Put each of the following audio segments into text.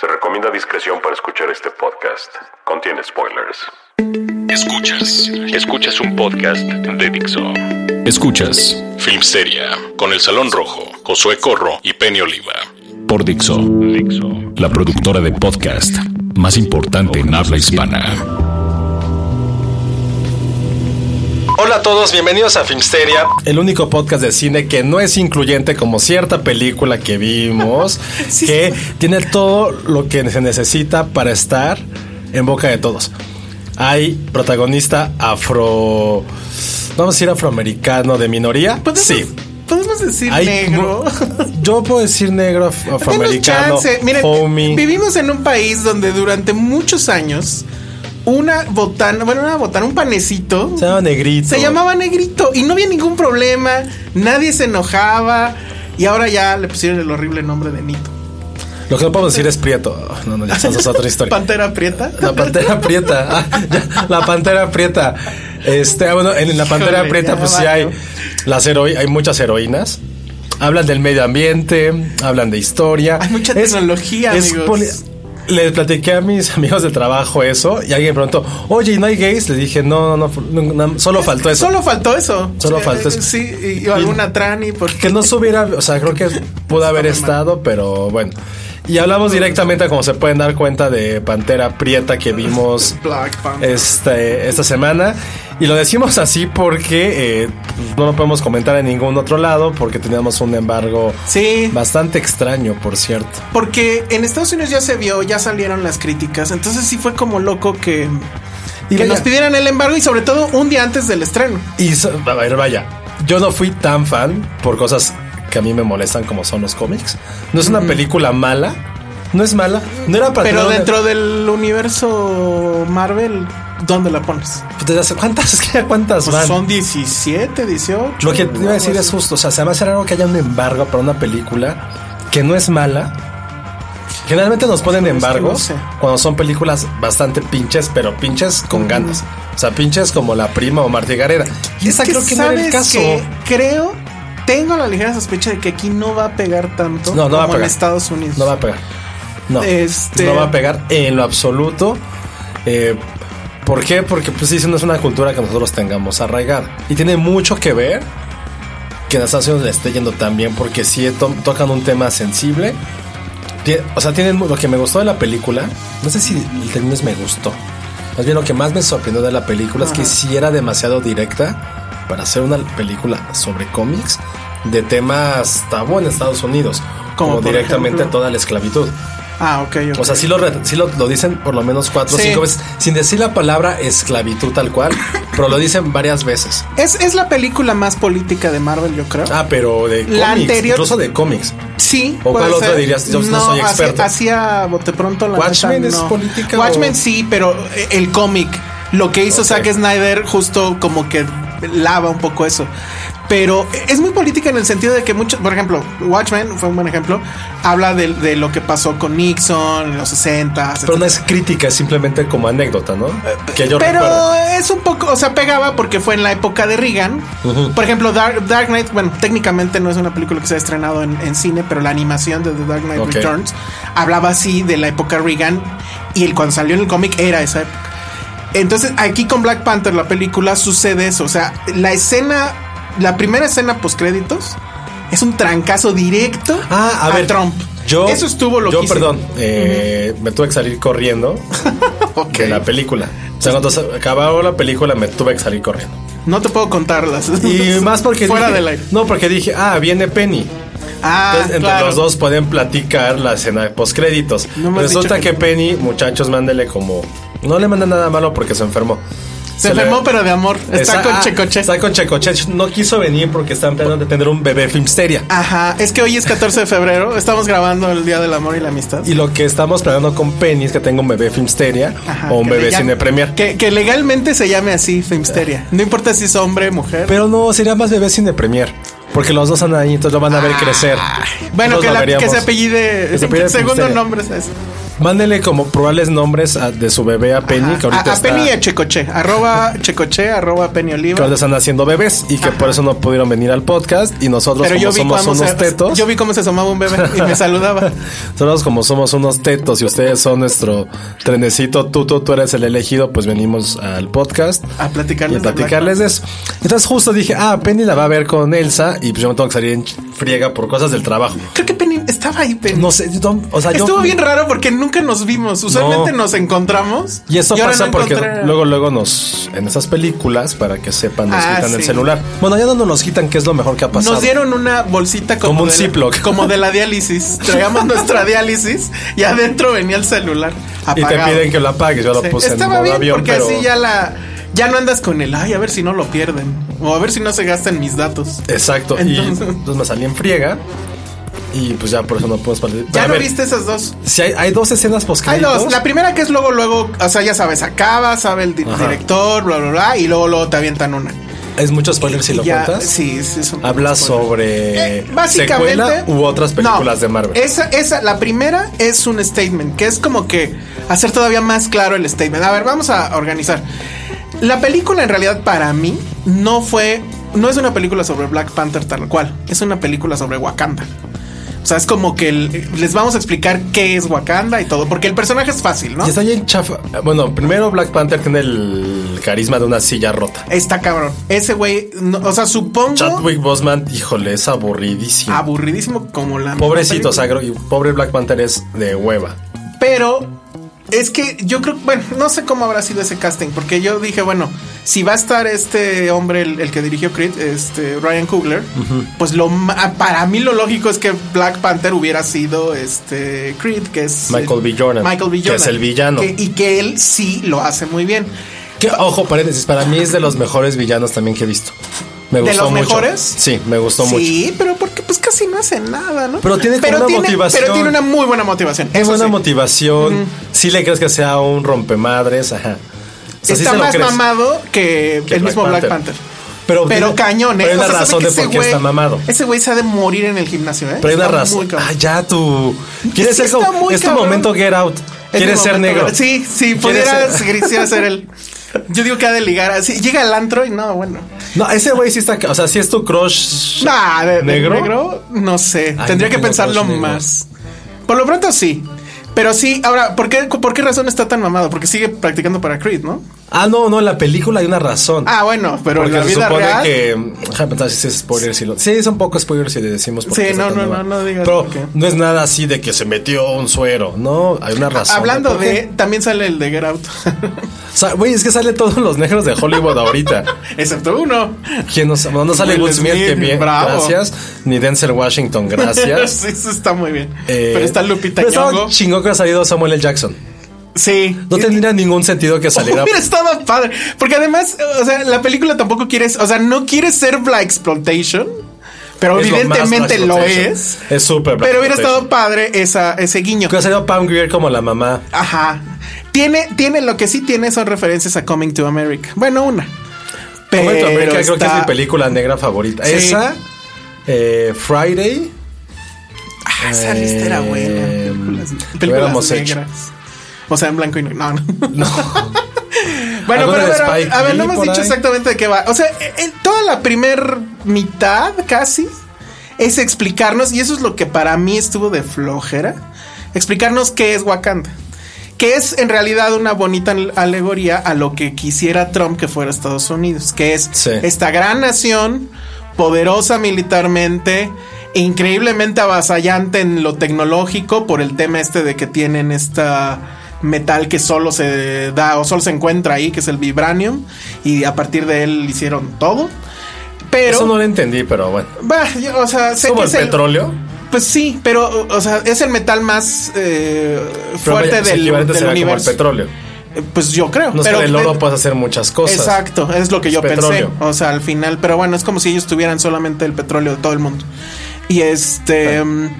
Se recomienda discreción para escuchar este podcast. Contiene spoilers. Escuchas, escuchas un podcast de Dixo. Escuchas Filmsteria con El Salón Rojo, Josué Corro y Penny Oliva. Por Dixo, la productora de podcast más importante en habla hispana. Hola a todos, bienvenidos a Filmsteria, el único podcast de cine que no es incluyente como cierta película que vimos, que tiene todo lo que se necesita para estar en boca de todos. Hay protagonista afro... Vamos a decir afroamericano de minoría. Sí. Podemos decir Hay Pues negro. mu- Yo puedo decir negro af- Denos afroamericano. chance. Miren, homie. vivimos en un país donde durante muchos años una botana, bueno, una botana, un panecito se llama negrito. se llamaba negrito y no había ningún problema, nadie se enojaba y ahora ya le pusieron el horrible nombre de Nito. Lo que no podemos decir es prieto. No, no, ya esa es otra historia. Pantera prieta. La pantera prieta. Ah, ya, la pantera prieta. Este, ah, bueno, en la pantera Híjole, prieta, ya pues sí valió. hay las heroi- hay muchas heroínas. Hablan del medio ambiente, hablan de historia. Hay mucha tecnología, amigos. le platiqué a mis amigos del trabajo eso y alguien me preguntó, oye, ¿y no hay gays? Le dije, no, no, no, no, no, solo faltó eso. Solo faltó eso. Solo Eh, faltó eso. Sí, y, y alguna trani porque Que no se hubiera, o sea, creo que pudo haber estado, pero bueno. Y hablamos directamente, como se pueden dar cuenta, de Pantera Prieta que vimos Black Panther. este, esta semana. Y lo decimos así porque eh, pues, no lo podemos comentar en ningún otro lado, porque teníamos un embargo Sí. bastante extraño, por cierto. Porque en Estados Unidos ya se vio, ya salieron las críticas, entonces sí fue como loco que, Y que vaya. nos pidieran el embargo y sobre todo un día antes del estreno. Y so- a ver, vaya, yo no fui tan fan por cosas que a mí me molestan, como son los cómics. No es una película mala, no es mala, no era para Pero tener una- dentro del universo Marvel, ¿dónde la pones? ¿Desde hace cuántas? Es que ya cuántas Pues van. son 17, 18. Lo que te iba a decir algo es así. justo, o sea, se me hace raro que haya un embargo para una película que no es mala. Generalmente nos ponen Es que embargos no sé. cuando son películas bastante pinches, pero pinches Mm. con ganas. O sea, pinches como La Prima o Marta y Gareda. Y esta Que creo que no era el sabes caso. que creo, tengo la ligera sospecha de que aquí no va a pegar tanto No, no va a como pegar. en Estados Unidos. No va a pegar. No. Este- No va a pegar en lo absoluto. Eh, ¿Por qué? Porque pues sí, no es una cultura que nosotros tengamos arraigada. Y tiene mucho que ver que en Estados Unidos le esté yendo tan bien porque sí to- tocan un tema sensible. Tie- O sea, tienen lo que me gustó de la película. No sé si el término es me gustó. Más bien lo que más me sorprendió de la película es que sí era demasiado directa para hacer una película sobre cómics de temas tabú en Estados Unidos. Como Como por directamente ejemplo. toda la esclavitud. Ah, ok. ok. O sea, sí lo, re- sí lo, lo dicen por lo menos cuatro o Sí. cinco veces, sin decir la palabra esclavitud tal cual, pero lo dicen varias veces. es, es la película más política de Marvel, yo creo. Ah, pero de La cómics, anterior- incluso de cómics. Sí. ¿O puede cuál otra ser. dirías? Yo no soy hacia- experto. Hacia bote pronto la ¿Watchmen neta, es no. política Watchmen o- sí, pero el cómic. Lo que hizo Ok. Zack Snyder justo como que lava un poco eso. Pero es muy política en el sentido de que muchos, por ejemplo, Watchmen fue un buen ejemplo, habla de, de lo que pasó con Nixon en los 60 Pero no es crítica, es simplemente como anécdota, ¿no? Que yo pero recuerdo. es un poco, o sea, pegaba porque fue en la época de Reagan. Por ejemplo, Dark, Dark Knight, bueno, técnicamente no es una película que se ha estrenado en, en cine, pero la animación de The Dark Knight Ok. Returns hablaba así de la época Reagan y el, cuando salió en el cómic era esa época. Entonces, aquí con Black Panther, la película, sucede eso. O sea, la escena, la primera escena post créditos es un trancazo directo Ah, a, ver. Trump. Yo, Eso estuvo lo Yo, perdón, eh, me tuve que salir corriendo de la película. O sea, cuando se acabó la película, me tuve que salir corriendo. No te puedo contarlas. Y más porque. Fuera dije- del aire. No, porque dije, ah, viene Penny. Ah, Entonces, entre claro. los dos pueden platicar la escena de postcréditos. No me has Resulta dicho que... que- Penny, muchachos, mándele como. No le mandan nada malo porque se enfermó. Se, le- enfermó, pero de amor. Está, con ah, Checoche. Está con Checoche. No quiso venir porque están planeando de tener un bebé filmsteria. Ajá, es que hoy es 14 de febrero, estamos grabando el Día del Amor y la Amistad. Y lo que estamos planeando con Penny es que tenga un bebé Filmsteria Ajá, o un que le bebé llame- Cine Premier. Ah. Que, que legalmente se llame así, Filmsteria. No importa si es hombre, mujer. Pero no, sería más bebé Cine Premier. Porque los dos andan ahí, entonces lo van a ver crecer. Ah. bueno, Los que, la- que veríamos. se apellide. Que se apellide segundo Filmsteria. nombre es ese. Mándele como probables nombres a- de su bebé a Penny, que Ah, A, ahorita a está- Penny y a Checoche. Arroba Checoche, arroba Penny que Oliva. ahorita están haciendo bebés y que por eso no pudieron venir al podcast. Y nosotros, Pero como yo vi, somos cómo unos se, tetos, yo vi cómo se asomaba un bebé y me saludaba. nosotros, como somos unos tetos y ustedes son nuestro trenecito tuto, tú eres el elegido, pues venimos al podcast. A y platicarles. a de platicarles de eso. Entonces justo dije, ah, Penny la va a ver con Elsa y pues yo me tengo que salir en friega por cosas del trabajo. Blackpink. Creo que Penny estaba ahí, Penny. No sé, yo, o sea, yo... Estuvo bien raro porque nunca nos vimos. Usualmente No. nos encontramos. Y eso ahora pasa no porque encontré- luego, luego nos, en esas películas, para que sepan, nos Ah, quitan el sí. celular. Bueno, ya no nos quitan, que es lo mejor que ha pasado. Nos dieron una bolsita como, Como un de la- Ziploc. como de la diálisis. Traíamos nuestra diálisis y adentro venía el celular. y te apagado. piden que lo apagues, yo lo Sí. puse Estaba en modo bien avión, porque pero... así ya la ya no andas con el ay a ver si no lo pierden o a ver si no se gastan mis datos. Exacto, Entonces- y entonces me salí en friega y pues ya por eso no puedo salir. Ya A no ver, viste esas dos. Si hay, hay dos escenas post Hay dos. La primera que es luego luego, o sea, ya sabes, acaba, sabe el di- Ajá. director, bla bla bla y luego luego te avientan una. es mucho spoiler si Y lo ya- cuentas. Sí, sí, es un- Habla sobre Eh, básicamente secuela u otras películas No, de Marvel. Esa, esa, la primera es un statement, que es como que hacer todavía más claro el statement. A ver, vamos a organizar. La película en realidad para mí no fue, no es una película sobre Black Panther tal cual, es una película sobre Wakanda. O sea, es como que el- les vamos a explicar qué es Wakanda y todo, porque el personaje es fácil, ¿no? Y está bien chafa. Bueno, primero Black Panther tiene el carisma de una silla rota. Está cabrón. Ese güey, no- o sea, supongo Chadwick Boseman, híjole, es aburridísimo. aburridísimo como la Pobrecito, o Ah, película. sea, creo que pobre Black Panther es de hueva. Pero es que yo creo, bueno, no sé cómo habrá sido ese casting, porque yo dije, bueno, si va a estar este hombre, el, el que dirigió Creed, este Ryan Coogler, pues lo ma- para mí lo lógico es que Black Panther hubiera sido este Creed, que es Michael B. Jordan, Michael B. que Jordan, es el villano. que- y que él sí lo hace muy bien. Que, ojo, paréntesis, para mí es de los mejores villanos también que he visto. Me ¿De gustó los mucho. mejores? Sí, me gustó mucho. Sí, pero porque pues casi no hace nada, ¿no? Pero tiene como una motivación. Pero tiene una muy buena motivación. Es eso buena sí. motivación. Si le crees que sea un rompemadres, ajá. O sea, sí Está se lo más crees. mamado que, Que el Black mismo Black Panther. Panther. Pero, Pero cañón, ¿eh? Pero hay O una sea, ¿sabe razón que de ese por qué güey- está mamado. Ese güey se ha de morir en el gimnasio, ¿eh? Pero hay una Está razón. muy cabrón. Ah, ya tú. Quieres Sí, ser está como. muy Es tu cabrón. momento get out. Es Quieres mi ser momento, negro. ¿verdad? Sí, sí, Quieres pudieras ser- quisiera ser él. Yo digo que ha de ligar así. Llega al antro y no, bueno. No, ese güey sí está. O sea, sí es tu crush. Nah, de- de ¿Negro? No sé. Ay, Tendría no que tengo pensarlo crush negro. más. Por lo pronto sí. Pero sí, ahora, ¿por qué, ¿por qué razón está tan mamado? Porque sigue practicando para Creed, ¿no? Ah, no, no, en la película hay una razón. Ah, bueno, pero Porque en la se vida supone real. que. Déjame pensar si es spoiler. Si lo, sí, es un poco spoiler si le decimos. por Sí, qué está no, tan no, nueva. no, no digas Pero por qué. no es nada así de que se metió un suero. No, hay una razón. Hablando por qué. de. También sale el de Get Out. O sea, güey, es que sale todos los negros de Hollywood ahorita. Excepto uno. ¿Quién no, sa- no sale Will Will Smith, Smith, que bien, bravo. gracias. Ni Denzel Washington, gracias. sí, eso está muy bien. Eh, pero está Lupita pero estaba Nyong'o. chingón que ha salido Samuel L. Jackson. Sí. No tendría ningún sentido que saliera. Hubiera estado padre. Porque además, o sea, la película tampoco quieres, o sea, no quiere ser Black Exploitation, pero Es lo más evidentemente Black lo es. Exploitation. Es súper Black Pero hubiera Exploitation. estado padre esa, ese guiño. Que ha salido Pam Grier como la mamá. Ajá. Tiene, tiene, lo que sí tiene son referencias a Coming to America. Bueno, una. Pero Coming to America creo que es está- mi película negra favorita. Sí. Esa, eh, Friday. Ah, esa lista era buena. Eh, Películas, lo hubiéramos películas hecho. negras. O sea, en blanco y negro. No, no. Bueno, ¿Alguna pero, de pero, Spike a ver, Lee no hemos por dicho ahí? exactamente de qué va. O sea, en toda la primer mitad casi es explicarnos, y eso es lo que para mí estuvo de flojera, explicarnos qué es Wakanda. Que es en realidad una bonita al- alegoría a lo que quisiera Trump que fuera Estados Unidos, que es Sí. esta gran nación, poderosa militarmente, increíblemente avasallante en lo tecnológico por el tema este de que tienen esta metal que solo se da o solo se encuentra ahí, que es el vibranium, y a partir de él hicieron todo. Pero, Eso no lo entendí, pero bueno. bah, yo, o sea, sé ¿Como el que es el- petróleo? Pues sí, pero, o sea, es el metal más eh, Pero fuerte vaya, pues, del, equivalente del será como el universo. petróleo. Eh, Pues yo creo. No sé, pero del oro puedes hacer muchas cosas. Exacto, es lo que Es yo petróleo. pensé. O sea, al final, pero bueno, es como si ellos tuvieran solamente el petróleo de todo el mundo. Y este, mm,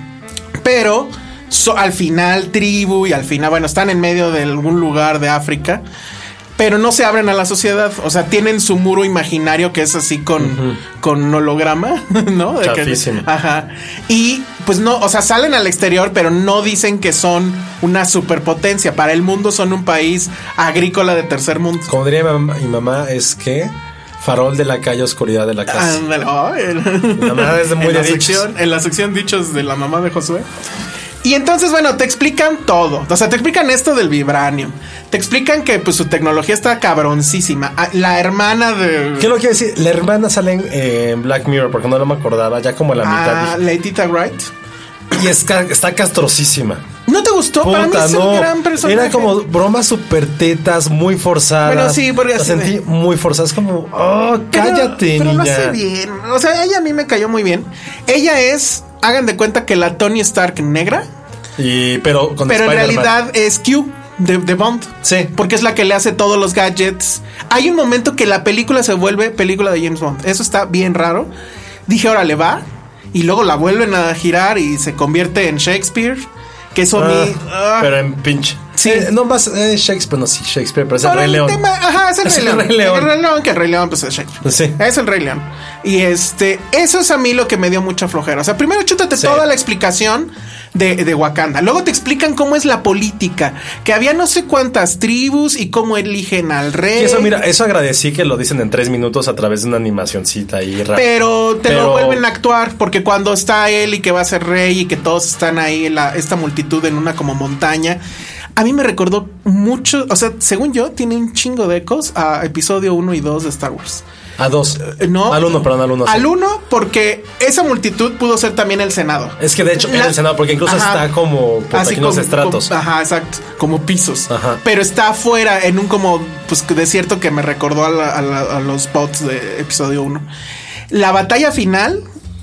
pero so- al final tribu y al final, bueno, están en medio de algún lugar de África, pero no se abren a la sociedad. O sea, tienen su muro imaginario que es así con, con un holograma, ¿no? De que- Chafísimo. ajá. Y pues no, o sea, salen al exterior, pero no dicen que son una superpotencia. Para el mundo son un país agrícola de tercer mundo. Como diría mi mamá, mi mamá, es que farol de la calle, oscuridad de la casa. Ándale, ay. La verdad es muy en, la de dichos. sección, en la sección dichos de la mamá de Josué. Y entonces, bueno, te explican todo. O sea, te explican esto del vibranium. Te explican que pues su tecnología está cabroncísima. Ah, La hermana de... ¿Qué es lo que decir? La hermana sale en, eh, en Black Mirror porque no lo me acordaba, ya como a la Ah, mitad. dije. Laetita Wright. Y es ca- está castrosísima. ¿No te gustó? Para mí Puta, es un no. gran personaje. Era como bromas super tetas, muy forzadas. Bueno, sí, porque Las así de- sentí muy forzadas, como, oh, Pero- cállate, pero, niña. lo hace bien. O sea, ella a mí me cayó muy bien. Ella es... Hagan de cuenta que la Tony Stark negra... Y, pero con Pero en Spider-Man. realidad es Q de, de Bond. Sí. Porque es la que le hace todos los gadgets. Hay un momento que la película se vuelve película de James Bond. Eso está bien raro. Dije, órale, va. Y luego la vuelven a girar y se convierte en Shakespeare. Que eso a Ah, mí. ah. pero en pinche. Sí. Eh, no más eh, Shakespeare, no, sí, Shakespeare, pero es el Por Rey el León. tema- ah, ajá, es el Rey León. El Rey León, que el Rey León, pues es Shakespeare. Sí. Es el Rey León. Y este, eso es a mí lo que me dio mucha flojera. O sea, primero chútate Sí. toda la explicación de, de Wakanda. Luego te explican cómo es la política, que había no sé cuántas tribus y cómo eligen al rey. Y eso, mira, eso agradecí que lo dicen en tres minutos a través de una animacioncita ahí rara. Pero te lo Pero- vuelven a actuar porque cuando está él y que va a ser rey y que todos están ahí, la- esta multitud en una como montaña, a mí me recordó mucho, o sea, según yo, tiene un chingo de ecos a episodio 1 y 2 de Star Wars. A dos. Eh, No. Al uno, perdón, al uno. sí. Al uno, porque esa multitud pudo ser también el Senado. Es que de hecho era La- el Senado, porque incluso Ajá. está como puta, aquí unos estratos. como- ajá, exacto. Como pisos. Ajá. Pero está afuera, en un como pues, desierto que me recordó a, la- a la- a los bots de episodio 1. La batalla final,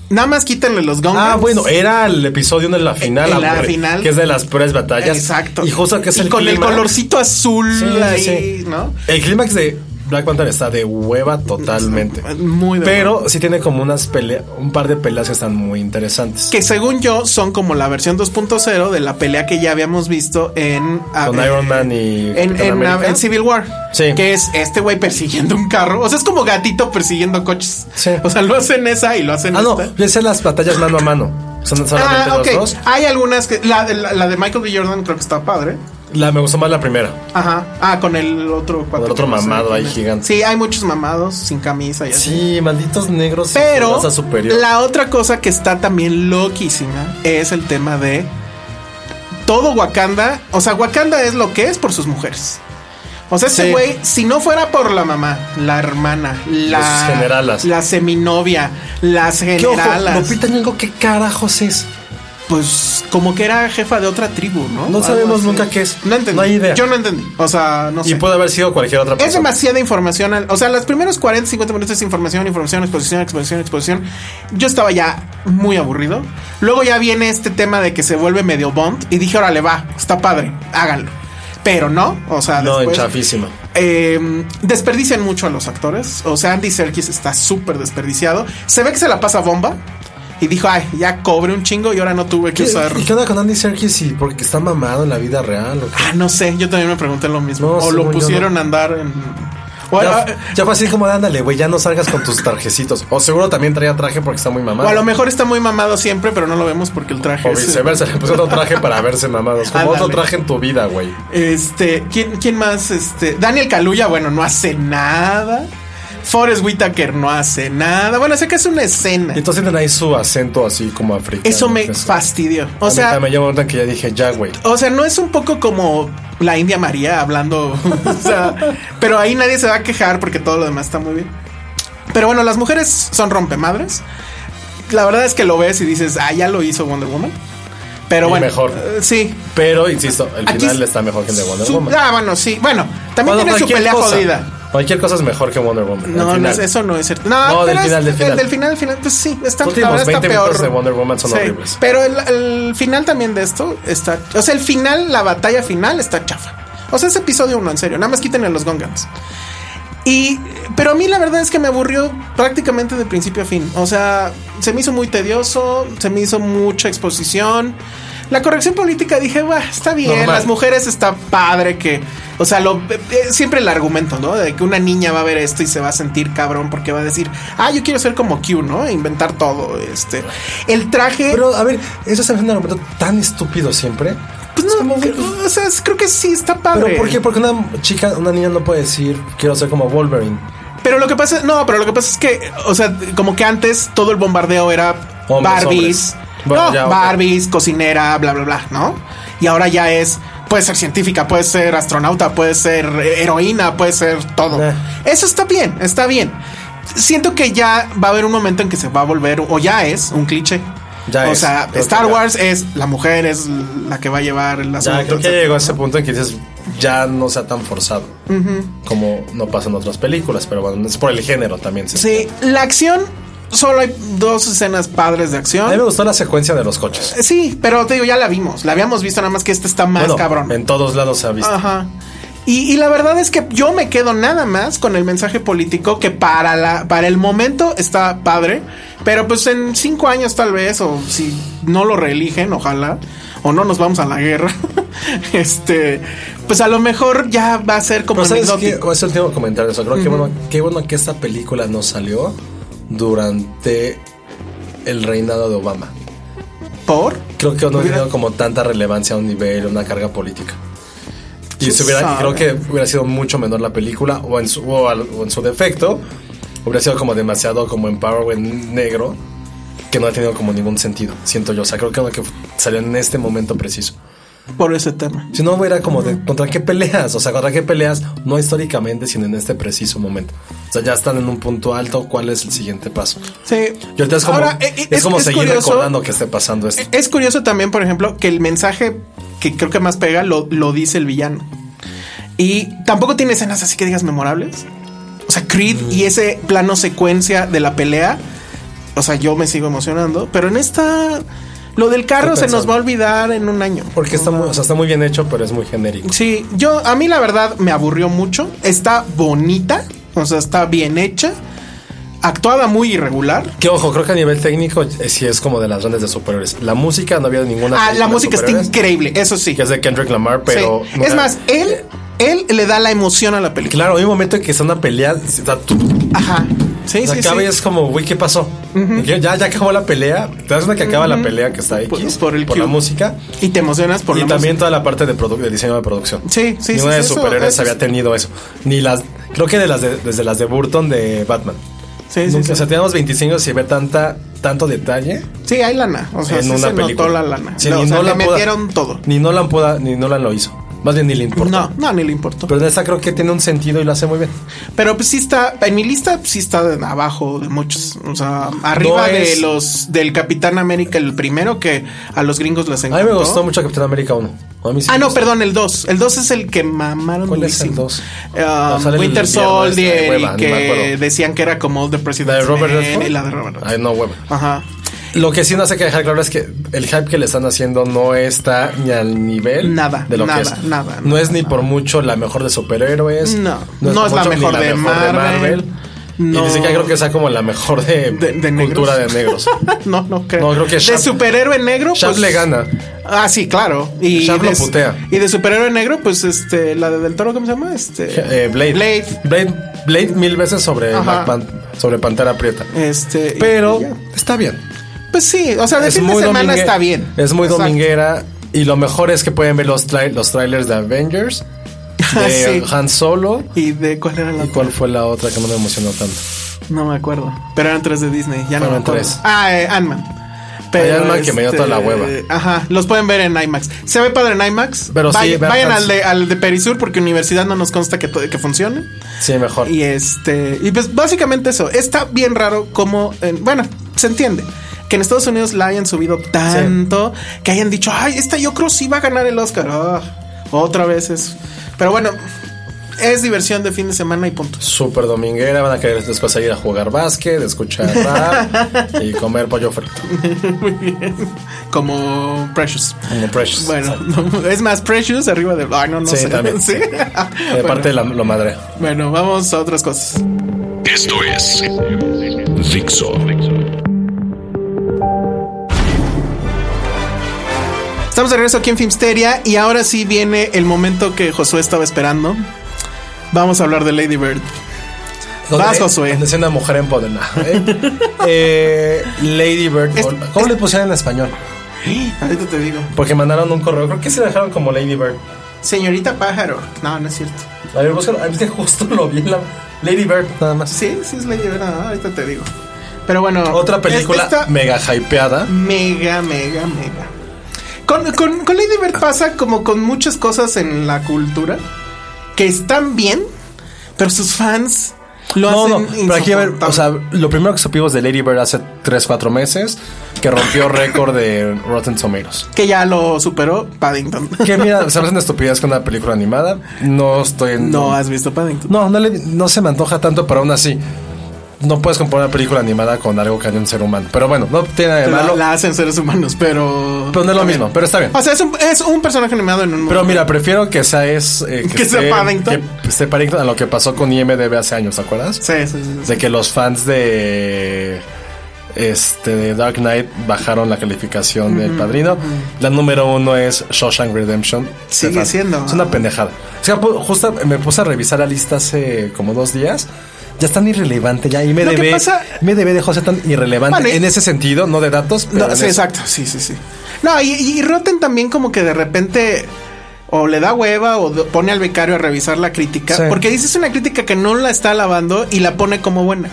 nada más quítenle los gongas. Ah, bueno, era el episodio en la final. E-, En la aburre, final. Que es de las peores batallas. Exacto. Y justo que es Y el con clima- el colorcito azul Sí, sí, ahí, sí. ¿no? El clímax de Black Panther está de hueva totalmente. Muy de Pero sí tiene como unas peleas, un par de peleas que están muy interesantes. Que según yo son como la versión 2.0 de la pelea que ya habíamos visto en. a- Con eh, Iron Man y En, Capitán en- América. en Civil War. Sí. Que es este güey persiguiendo un carro. O sea, es como gatito persiguiendo coches. Sí. O sea, lo hacen esa y lo hacen Ah, no, esta. ya sé las batallas mano a mano. Son solamente Ah, ok. los dos. Hay algunas que. La, la- la de Michael B. Jordan creo que está padre. La, me gustó más la primera. Ajá. Ah, con el otro cuate otro que no sé mamado quién ahí es. gigante. Sí, hay muchos mamados sin camisa y así. Sí, malditos negros. y su Pero raza superior. la otra cosa que está también loquísima es el tema de todo Wakanda. O sea, Wakanda es lo que es por sus mujeres. O sea, ese Sí. güey, si no fuera por la mamá, la hermana, la sus generalas. la seminovia, las ¿Qué ojo? generalas, Lupita Nyong'o, ¿qué carajos es? pues como que era jefa de otra tribu, ¿no? No Algo sabemos nunca qué es. No entendí. No hay idea. Yo no entendí. O sea, no Y sé. puede haber sido cualquier otra persona. Es demasiada información. al- O sea, los primeros 40, 50 minutos es información, información, exposición, exposición, exposición. Yo estaba ya muy aburrido. Luego ya viene este tema de que se vuelve medio Bond y dije, órale, va, está padre, háganlo. Pero no, o sea, No, después, chafísima. eh, desperdician mucho a los actores. O sea, Andy Serkis está súper desperdiciado. Se ve que se la pasa bomba y dijo, ay, ya cobré un chingo y ahora no tuve que ¿Qué- usar. ¿Y qué onda con Andy Serkis? ¿Y porque está mamado en la vida real? ¿o qué? Ah, no sé, yo también me pregunté lo mismo. No, o lo según yo pusieron no. a andar en. o- ya, ya fue así como, de, ándale, güey, ya no salgas con tus tarjecitos. O seguro también traía traje porque está muy mamado. O a lo mejor está muy mamado siempre, pero no lo vemos porque el traje O es. viceversa, le puso otro traje para verse mamados. Como Ándale. otro traje en tu vida, güey. Este, ¿quién, quién más? Este, Daniel Kaluuya, bueno, no hace nada. Forrest Whitaker no hace nada. Bueno, sé que es una escena. Y todos tienen ahí su acento así como africano. Eso me Entonces, fastidió. a O mí sea, también llegó un momento en que ya dije, ya, güey. o sea, no es un poco como la India María hablando. o sea, pero ahí nadie se va a quejar porque todo lo demás está muy bien. Pero bueno, las mujeres son rompemadres. la verdad es que lo ves y dices, ah, ya lo hizo Wonder Woman. Pero Y bueno. mejor. eh, sí. Pero, insisto, el Aquí final es- está mejor que el de Wonder su- Woman. Ah, bueno, sí. Bueno, también Bueno, tiene su cualquier pelea cosa. jodida. Cualquier cosa es mejor que Wonder Woman. No, al no, final. eso no es cierto. No, No, pero del es- final, del el final. del final, del final, pues sí, está, Últimos la verdad 20 está minutos peor. de Wonder Woman son horribles. Pero el, el final también de esto está, o sea, el final, la batalla final está chafa. O sea, es episodio uno, en serio, nada más quiten a los Gongans. Y, pero a mí la verdad es que me aburrió prácticamente de principio a fin. O sea, se me hizo muy tedioso, se me hizo mucha exposición. La corrección política dije, "Buah, está bien, Normal. las mujeres está padre que, o sea, lo, eh, eh, siempre el argumento, ¿no? De que una niña va a ver esto y se va a sentir cabrón porque va a decir, ah, yo quiero ser como Q, ¿no? Inventar todo, este. El traje... Pero, a ver, eso se me hace un argumento tan estúpido siempre. pues Es no, como, creo- o sea, es- creo que sí está padre. ¿Pero por qué? Porque una chica, una niña no puede decir quiero ser como Wolverine. Pero lo que pasa, no, pero lo que pasa es que, o sea, como que antes todo el bombardeo era Hombres, Barbies, hombres. Bueno, no, ya, ok. Barbies, cocinera, bla, bla, bla, ¿no? Y ahora ya es, puede ser científica, puede ser astronauta, puede ser eh, heroína, puede ser todo. Eh. Eso está bien, está bien. Siento que ya va a haber un momento en que se va a volver, o ya es, un cliché. Ya o es, sea, creo que Star ya. Wars es la mujer, es la que va a llevar el Ya, asunto, creo que etcétera, llegó a ese ¿no? punto en que dices ya no sea tan forzado. Como no pasa en otras películas, pero bueno, es por el género también. sí. Sí, la acción, solo hay dos escenas padres de A mí me acción. gustó la secuencia de los coches. Sí, pero te digo, ya la vimos. La habíamos visto, nada más que esta está más Bueno, cabrón. En todos lados se ha visto. Ajá. Y, y la verdad es que yo me quedo nada más con el mensaje político que para, la, para el momento está padre, pero pues en cinco años tal vez, o si no lo reeligen, ojalá, o no nos vamos a la guerra, este, pues a lo mejor ya va a ser como Pero sabes que, anecdótico. es el último comentario, eso creo que bueno, qué bueno que esta película no salió durante el reinado de Obama. ¿Por? Creo que no ha Hubiera- tenido como tanta relevancia a un nivel, una carga política. Y ¿Quién se hubiera, sabe? creo que hubiera sido mucho menor la película, o en su, o al- o en su defecto, hubiera sido como demasiado como empowerment negro, que no ha tenido como ningún sentido, siento yo. O sea, creo que lo que salió en este momento preciso. Por ese tema. Si no, era como de contra qué peleas, o sea, contra qué peleas, no históricamente, sino en este preciso momento. O sea, ya están en un punto alto, ¿cuál es el siguiente paso? Sí. Y ahorita es como, Ahora, eh, eh, es, como es seguir curioso- Eh, recordando que esté pasando esto. Es curioso también, por ejemplo, que el mensaje que creo que más pega lo, lo dice el villano. Y tampoco tiene escenas así que digas memorables. O sea, Creed Mm. y ese plano secuencia de la pelea. O sea, yo me sigo emocionando. Pero en esta. Lo del carro Estoy se nos pensando. va a olvidar en un año. Porque está muy, o sea, está muy bien hecho, pero es muy genérico. Sí, yo a mí la verdad me aburrió mucho. Está bonita. O sea, está bien hecha. Actuada muy irregular. Que ojo, creo que a nivel técnico eh, sí es como de las grandes de superhéroes. La música no había ninguna. Ah, película la de música está superhéroes, increíble, eso sí. Que es de Kendrick Lamar, pero. Sí. Es más, él, él le da la emoción a la película. Claro, hay un momento en que están a pelear. se da tu- Ajá. Sí, o sea, sí, acaba sí. y es como, güey, ¿qué pasó? Ya- ya, ya acabó la pelea. Te das cuenta que acaba la pelea que está Por- X. por el la Q. música. Y te emocionas por y la también música. toda la parte de, produ- de diseño de producción. Sí, sí, Ninguna sí, de sí, eso- superhéroes eso había sí. tenido eso. Ni las. Creo que de las de- desde las de Burton de Batman. Sí, sí, Nunca- sí. O sea, teníamos 25 y ve tanta, tanto detalle. Sí, hay lana. O sea, en sí una se película. notó la lana. Sí, No, ni o sea, Nolan le pudo- metieron todo. Ni Nolan, pudo- ni Nolan lo hizo. Más bien ni le importa. No, no, ni le importó. Pero, Pero en esta creo que tiene un sentido y lo hace muy bien. pues sí está, en mi lista pues, sí está de abajo de muchos. O sea, arriba de es- los del Capitán América, el primero que a los gringos les A encantó. mí me gustó mucho Capitán América 1. A mí sí Ah, me no, gustó. perdón, el 2. El 2 es el que mamaron. ¿Cuál es el durísimo. dos? Eh, No, sale el Winter invierno este de Soldier hueva, y ni me que acuerdo. decían que era como The President. La de Robert Man Redford. y la de Robert Redford. Ay, no, hueva. Ajá. Lo que sí no hace que dejar claro es que el hype que le están haciendo no está ni al nivel Nada, de lo nada, que es. nada, no nada, es ni nada. por mucho la mejor de superhéroes. No, por no es la mucho ni mejor de Marvel, Y no. ni siquiera creo que sea como la mejor de, De- de cultura negros. de negros. Ah, No, no creo. No, creo que de Shaq- superhéroe negro. pues, Shaq le gana. Ah, sí, claro. Y Shaq lo de, putea. y de superhéroe negro, pues este, la de del toro, ¿cómo se llama? Este. Eh, Blade. Blade. Blade. Blade mil veces sobre, Ajá. Black Pan- sobre Pantera Prieta. Este. y- Pero y ya. está bien. Pues sí, o sea, de fin de semana domingue- está bien. Es muy Exacto. dominguera. Y lo mejor es que pueden ver los, trai- los trailers de Avengers, de Ah, Sí. Han Solo. ¿Y de cuál era la ¿Y cuál fue la otra que no me emocionó tanto? No me acuerdo. Pero eran tres de Disney, ya no me Fueron acuerdo. tres. Ah, eh, Ant-Man. este, Hay Ant-Man que me dio toda la hueva. Ajá, los pueden ver en IMAX. Se ve padre en IMAX. Pero sí, vayan, vean vayan Hans. al de, al de Perisur porque universidad no nos consta que, to- que funcione. Sí, mejor. Y este, y pues básicamente eso. Está bien raro como, bueno, se entiende. que en Estados Unidos la hayan subido tanto que hayan dicho, ay, esta yo creo sí va a ganar el Oscar. Ah, otra vez es. Pero bueno, es diversión de fin de semana y punto. Super dominguera, van a querer después ir a jugar básquet, escuchar rap y comer pollo frito. Como Precious. Como Precious. Eh, Bueno, Exacto. es más Precious arriba de. Ay, no, no Sí, sé. también. Sí. Eh, Aparte de la, lo madre. Bueno, vamos a otras cosas. Esto es Dixo. Estamos de regreso aquí en Filmsteria y ahora sí viene el momento que Josué estaba esperando. Vamos a hablar de Lady Bird. Vas, Josué. Donde sea una mujer empoderada. ¿eh? Eh, Lady Bird. Es- ¿Cómo le pusieron en español? Ahorita te digo. Porque mandaron un correo. Creo que se la dejaron como Lady Bird. Señorita Pájaro. No, no es cierto. A ver, búscalo. Ah, Es que justo lo vi en la. Lady Bird, nada más. Sí, sí es Lady Bird. ah, ahorita te digo. Pero bueno. Otra película es- esta- mega hypeada. mega, mega, mega. Con, con- con Lady Bird pasa como con muchas cosas en la cultura que están bien, pero sus fans lo No, no, hacen pero aquí a ver, o sea, lo primero que supimos de Lady Bird hace 3, 4 meses, que rompió récord de Rotten Tomatoes. que ya lo superó Paddington. Que mira, se me hacen estupidez con una película animada. No estoy en. No has visto Paddington. No, no, le- no se me antoja tanto, pero aún así. No puedes comparar una película animada con algo que haría un ser humano. Pero bueno, no tiene nada de La, malo. la hacen seres humanos, pero. Pero no es lo mismo, pero está bien. O sea, es un, es un personaje animado en un Pero mundo. mira, prefiero que sea es. eh, Que sea Paddington. Que esté Paddington a lo que pasó con IMDB hace años, ¿te acuerdas? Sí, sí, sí, sí. De que los fans de. Este, de Dark Knight bajaron la calificación del padrino. La número uno es Shawshank Redemption. Sigue Stefan. siendo. ah. Es una pendejada. O sea, pu- justo me puse a revisar la lista hace como dos días. Ya es tan irrelevante, ya IMDB. Lo que pasa- IMDB dejó de ser tan irrelevante Bueno, y- en ese sentido, no de datos. No, Pero en sí, eso. exacto, sí, sí, sí. No, y, y Rotten también como que de repente o le da hueva o do- pone al becario a revisar la crítica, Sí. porque dices una crítica que no la está alabando y la pone como buena.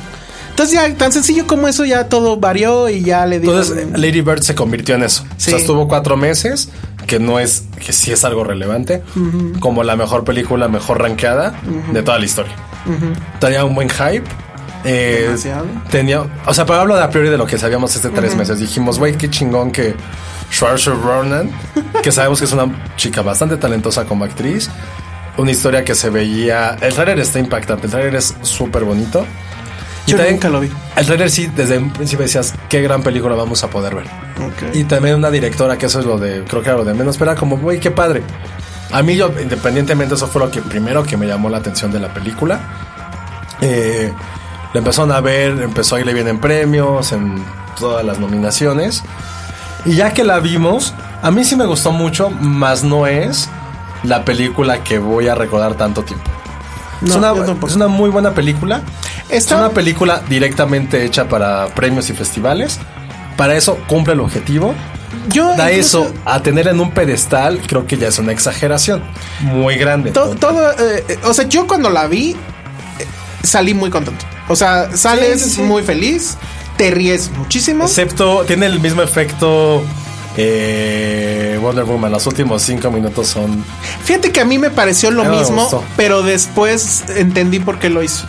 Entonces ya tan sencillo como eso ya todo varió y ya le mm, dijo... Entonces, Lady Bird se convirtió en eso. O Sí. sea, estuvo cuatro meses, que no es, que sí es algo relevante, como la mejor película, mejor rankeada de toda la historia. Tenía un buen hype. eh, Demasiado. tenía, o sea, pero hablo de a priori de lo que sabíamos hace tres meses. Dijimos, güey, qué chingón que Schwarzer Ronan, que sabemos que es una chica bastante talentosa como actriz, una historia que se veía. El trailer está impactante, el trailer es súper bonito. Yo nunca lo vi. El trailer sí, desde un principio decías, qué gran película vamos a poder ver. Ok. Y también una directora, que eso es lo de, creo que era lo de menos, pero era como, güey, qué padre. A mí, yo, independientemente, eso fue lo que primero que me llamó la atención de la película. Eh, la empezaron a ver, empezó a irle bien en premios, en todas las nominaciones. Y ya que la vimos, a mí sí me gustó mucho, más no es la película que voy a recordar tanto tiempo. No, es, una, yo tampoco. es una muy buena película. Está- Es una película directamente hecha para premios y festivales. Para eso cumple el objetivo. Yo Da incluso- eso a tenerla en un pedestal, creo que ya es una exageración muy grande. To- todo, eh, eh, o sea, yo cuando la vi, eh, salí muy contento. O sea, sales Sí, sí, sí. muy feliz, te ríes muchísimo. Excepto, tiene el mismo efecto eh, Wonder Woman. Los últimos cinco minutos son. Fíjate que a mí me pareció lo A mí me mismo, gustó. pero después entendí por qué lo hizo.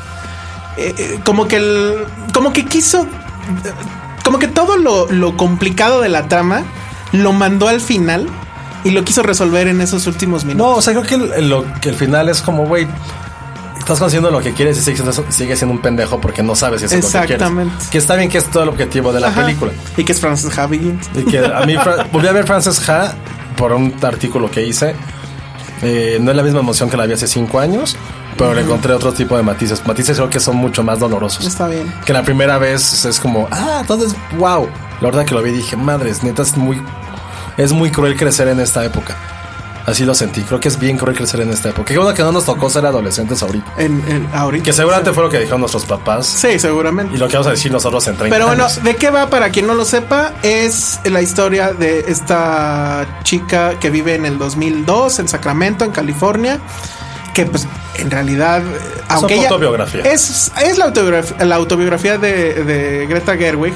Eh, eh, como que el, como que quiso, eh, como que todo lo, lo complicado de la trama lo mandó al final y lo quiso resolver en esos últimos No, minutos. o sea, creo que el, lo- que el final es como, güey, estás consiguiendo lo que quieres y sigues, sigues siendo un pendejo porque no sabes si eso es lo que quieres. Exactamente. Que está bien que es todo el objetivo de la Ajá. película. Y que es Francis Havigins. Y que a mí Fra- volví a ver Frances Ha por un artículo que hice. Eh, no es la misma emoción que la vi hace cinco años, pero le encontré otro tipo de matices. Matices creo que son mucho más dolorosos. Está bien. Que la primera vez es como, ah, entonces, wow. La verdad que lo vi dije, madres, neta, es muy, es muy cruel crecer en esta época. Así lo sentí. Creo que es bien cruel crecer en esta época. Qué bueno que no nos tocó ser adolescentes ahorita. En, en- ahorita. Que seguramente fue lo que dijeron nuestros papás Sí, seguramente. y lo que vamos a decir nosotros en 30 Pero bueno, años. ¿de qué va para quien no lo sepa? Es la historia de esta chica que vive en el 2002 en Sacramento, en California, que pues en realidad, eh, aunque ella- autobiografía. Es, es la, autobiografía, la autobiografía de, de Greta Gerwig.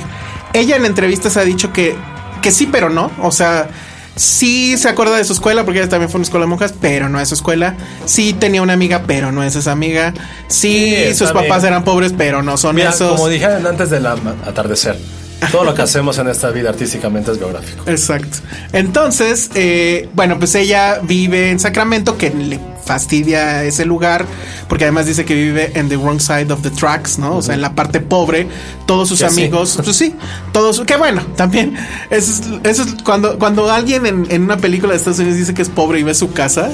Ella en entrevistas ha dicho que, que sí, pero no. O sea, sí se acuerda de su escuela, porque ella también fue a una escuela de monjas, pero no es su escuela. Sí tenía una amiga, pero no es esa amiga. Sí, Sí, sus está papás bien. eran pobres, pero no son Mira, esos. como dijeron antes del ama- atardecer, Todo lo que hacemos en esta vida artísticamente es biográfico. Exacto. Entonces, eh, bueno, pues ella vive en Sacramento, que le fastidia ese lugar, porque además dice que vive en the wrong side of the tracks, ¿no? O sea, en la parte pobre, todos sus Que sí. amigos, pues sí, todos, que bueno, también, eso es, eso es cuando, cuando alguien en, en una película de Estados Unidos dice que es pobre y ve su casa.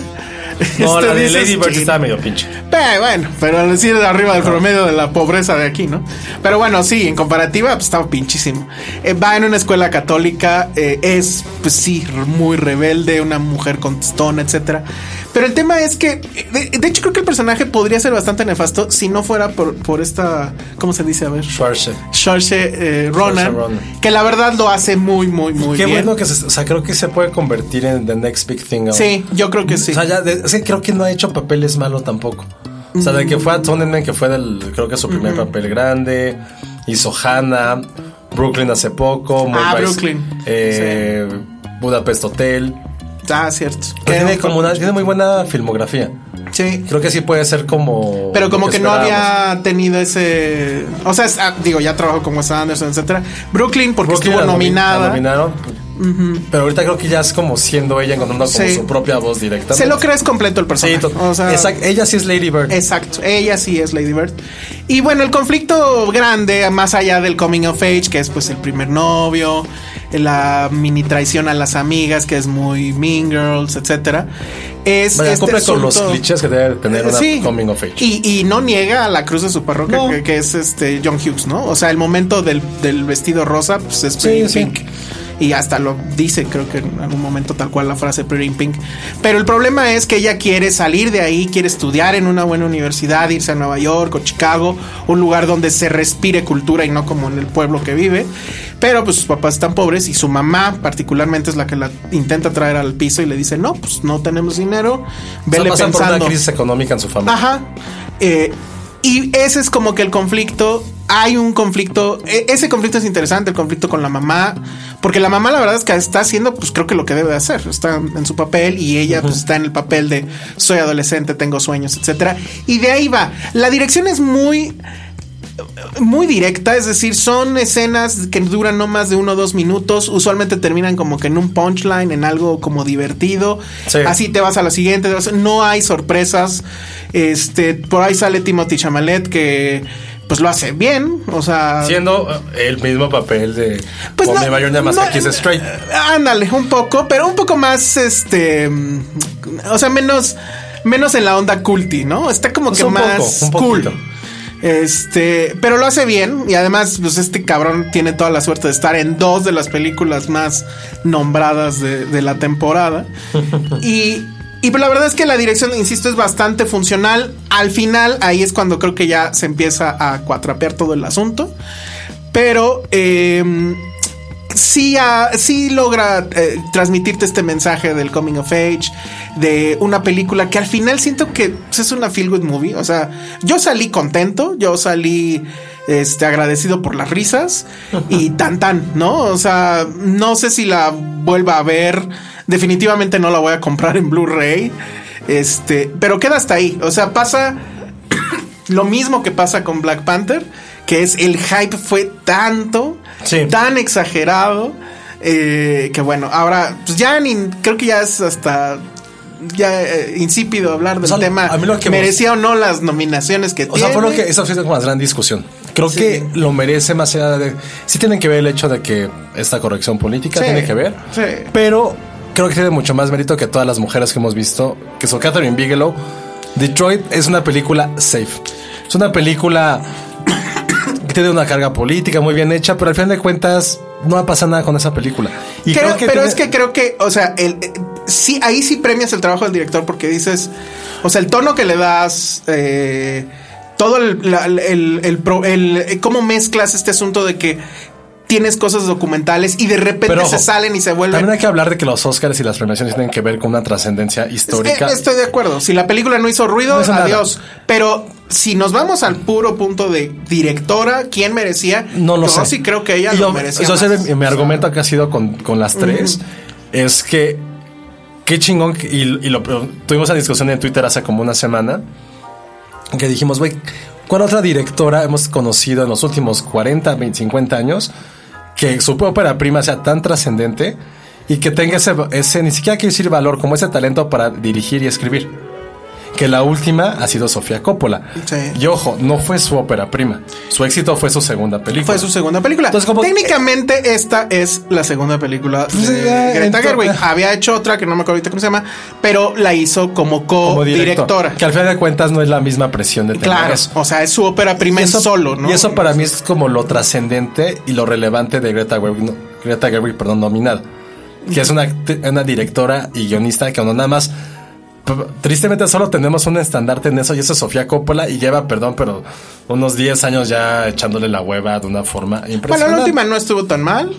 No, este, la de dices, Lady Bird "Chin". estaba medio pinche. Pero Eh, bueno, pero al decir de arriba del promedio de la pobreza de aquí, ¿no? Pero bueno, sí, en comparativa, pues estaba pinchísimo. Eh, va en una escuela católica, eh, es, pues sí, muy rebelde, una mujer contestona, etcétera. Pero el tema es que, eh, de, de hecho, creo que el personaje podría ser bastante nefasto si no fuera por, por esta, ¿cómo se dice? A ver, Schwarzer. Saoirse eh, Ronan, Saoirse Ronan. Pues que la verdad lo hace muy, muy, muy Qué bien. bueno que se, o sea, creo que se puede convertir en the next big thing. ahora. Sí, yo creo que sí. O sea, ya de- es que creo que no ha hecho papeles malos tampoco. O sea, de que fue a Tonnen que fue del, creo que su primer papel grande, hizo Hannah, Brooklyn hace poco, Ah, Moonrise, Brooklyn. eh, Budapest Hotel. ah, cierto. Tiene, como una- tiene muy buena filmografía. Sí. Creo que sí puede ser como. Pero como lo que, no esperábamos. había tenido ese. O sea, es- ah, digo, ya trabajó con Wes Anderson, etcétera. Brooklyn, porque Brooklyn estuvo la nomi- la nominada. nominaron. Pero ahorita creo que ya es como siendo ella encontrando como Sí. su propia voz directa. Se lo crees completo el Sí, personaje. to- o sea, exact- ella sí es Lady Bird. Exacto, ella sí es Lady Bird. Y bueno, el conflicto grande, más allá del coming of age, que es pues el primer novio, la mini traición a las amigas, que es muy Mean Girls, etcétera, es Vaya, este cumple con los asunto- clichés que debe tener una Eh, Sí. coming of age. Y, y no niega a la cruz de su parroquia, No. que, que es este John Hughes, ¿no? O sea, el momento del, del vestido rosa, pues es Sí, Pretty in sí. Pink. Y hasta lo dice, creo que en algún momento tal cual la frase Pretty in Pink. Pero el problema es que ella quiere salir de ahí, quiere estudiar en una buena universidad, irse a Nueva York o Chicago, un lugar donde se respire cultura y no como en el pueblo que vive. Pero pues sus papás están pobres y su mamá particularmente es la que la intenta traer al piso y le dice, no, pues no tenemos dinero, O sea, vele pasan por una pensando. crisis económica en su familia. Ajá. Eh, y ese es como que el conflicto. Hay un conflicto. e- Ese conflicto es interesante, el conflicto con la mamá. Porque la mamá, la verdad es que está haciendo, pues creo que lo que debe de hacer. Está en su papel y ella pues, está en el papel de soy adolescente, tengo sueños, etcétera. Y de ahí va. La dirección es muy muy directa, es decir, son escenas que duran no más de uno o dos minutos, usualmente terminan como que en un punchline, en algo como divertido, Sí. así te vas a la siguiente, te vas- no hay sorpresas, este, por ahí sale Timothy Chamalet que pues lo hace bien, o sea... Siendo eh, el mismo papel de Pues Como no, me Mayor de no, eh, Masaki es Straight. Ándale, un poco, pero un poco más, este, mm, o sea, menos, menos en la onda culty, ¿no? Está como Pues que un poco, más un poquito. cool. Este, pero lo hace bien y además, pues este cabrón tiene toda la suerte de estar en dos de las películas más nombradas de, de la temporada. y, y pues, la verdad es que la dirección, insisto, es bastante funcional. Al final, ahí es cuando creo que ya se empieza a cuatrapear todo el asunto. Pero eh, sí, ah, sí logra eh, transmitirte este mensaje del coming of age, de una película que al final siento que pues, es una feel good movie. O sea, yo salí contento, yo salí este, agradecido por las risas y tan tan, ¿no? O sea, no sé si la vuelva a ver. Definitivamente no la voy a comprar en Blu-ray. Este, pero queda hasta ahí. O sea, pasa lo mismo que pasa con Black Panther, que es el hype fue tanto, Sí. tan exagerado, eh, que bueno, ahora pues ya ni- creo que ya es hasta ya eh, insípido hablar del O sea, tema. a mí lo que me- merecía o no las nominaciones que O sea, fue lo tiene. que esa fue como la gran discusión. Creo Sí. que lo merece más allá de. Sí, tienen que ver el hecho de que esta corrección política Sí, tiene que ver. sí. Pero creo que tiene mucho más mérito que todas las mujeres que hemos visto, que son Catherine Bigelow. Detroit es una película safe. Es una película que tiene una carga política muy bien hecha, pero al final de cuentas no va a pasar nada con esa película. Y Creo- pero tiene- es que creo que, o sea, el, eh, sí, ahí sí premias el trabajo del director porque dices, o sea, el tono que le das, eh, todo el, la- el- el pro- el- eh, cómo mezclas este asunto de que tienes cosas documentales y de repente Pero, se ojo, salen y se vuelven. También hay que hablar de que los Oscars y las premiaciones tienen que ver con una trascendencia histórica. Eh, Estoy de acuerdo. Si la película no hizo ruido, No hizo nada. adiós. Pero si nos vamos al puro punto de directora, ¿quién merecía? No lo Yo sé. sí creo que ella Y lo yo- merecía. Yo sé, más. mi, mi argumento que ha sido con, con las tres es que qué chingón. que- Y, y lo tuvimos la discusión en Twitter hace como una semana que dijimos, güey, ¿cuál otra directora hemos conocido en los últimos 40, 20, 50 años? que su ópera prima sea tan trascendente y que tenga ese, ese, ni siquiera quiero decir valor, como ese talento para dirigir y escribir. Que la última ha sido Sofía Coppola. Sí. Y ojo, no fue su ópera prima. Su éxito fue su segunda película. Fue su segunda película. Entonces, como- Técnicamente, esta es la segunda película de Pues, eh, Greta ento- Gerwig. Había hecho otra que no me acuerdo ahorita cómo se llama, pero la hizo como como director, co-directora. Que al final de cuentas no es la misma presión de tener Claro, eso. o sea, es su ópera prima Y en eso- solo, ¿no? Y eso para mí es como lo trascendente y lo relevante de Greta Gerwig, no- Greta Gerwig, perdón, nominada. Que es una, act- una directora y guionista que no nada más. p- Tristemente solo tenemos un estandarte en eso y eso es Sofía Coppola y lleva, perdón, pero unos 10 años ya echándole la hueva de una forma impresionante. Bueno, la última no estuvo tan mal.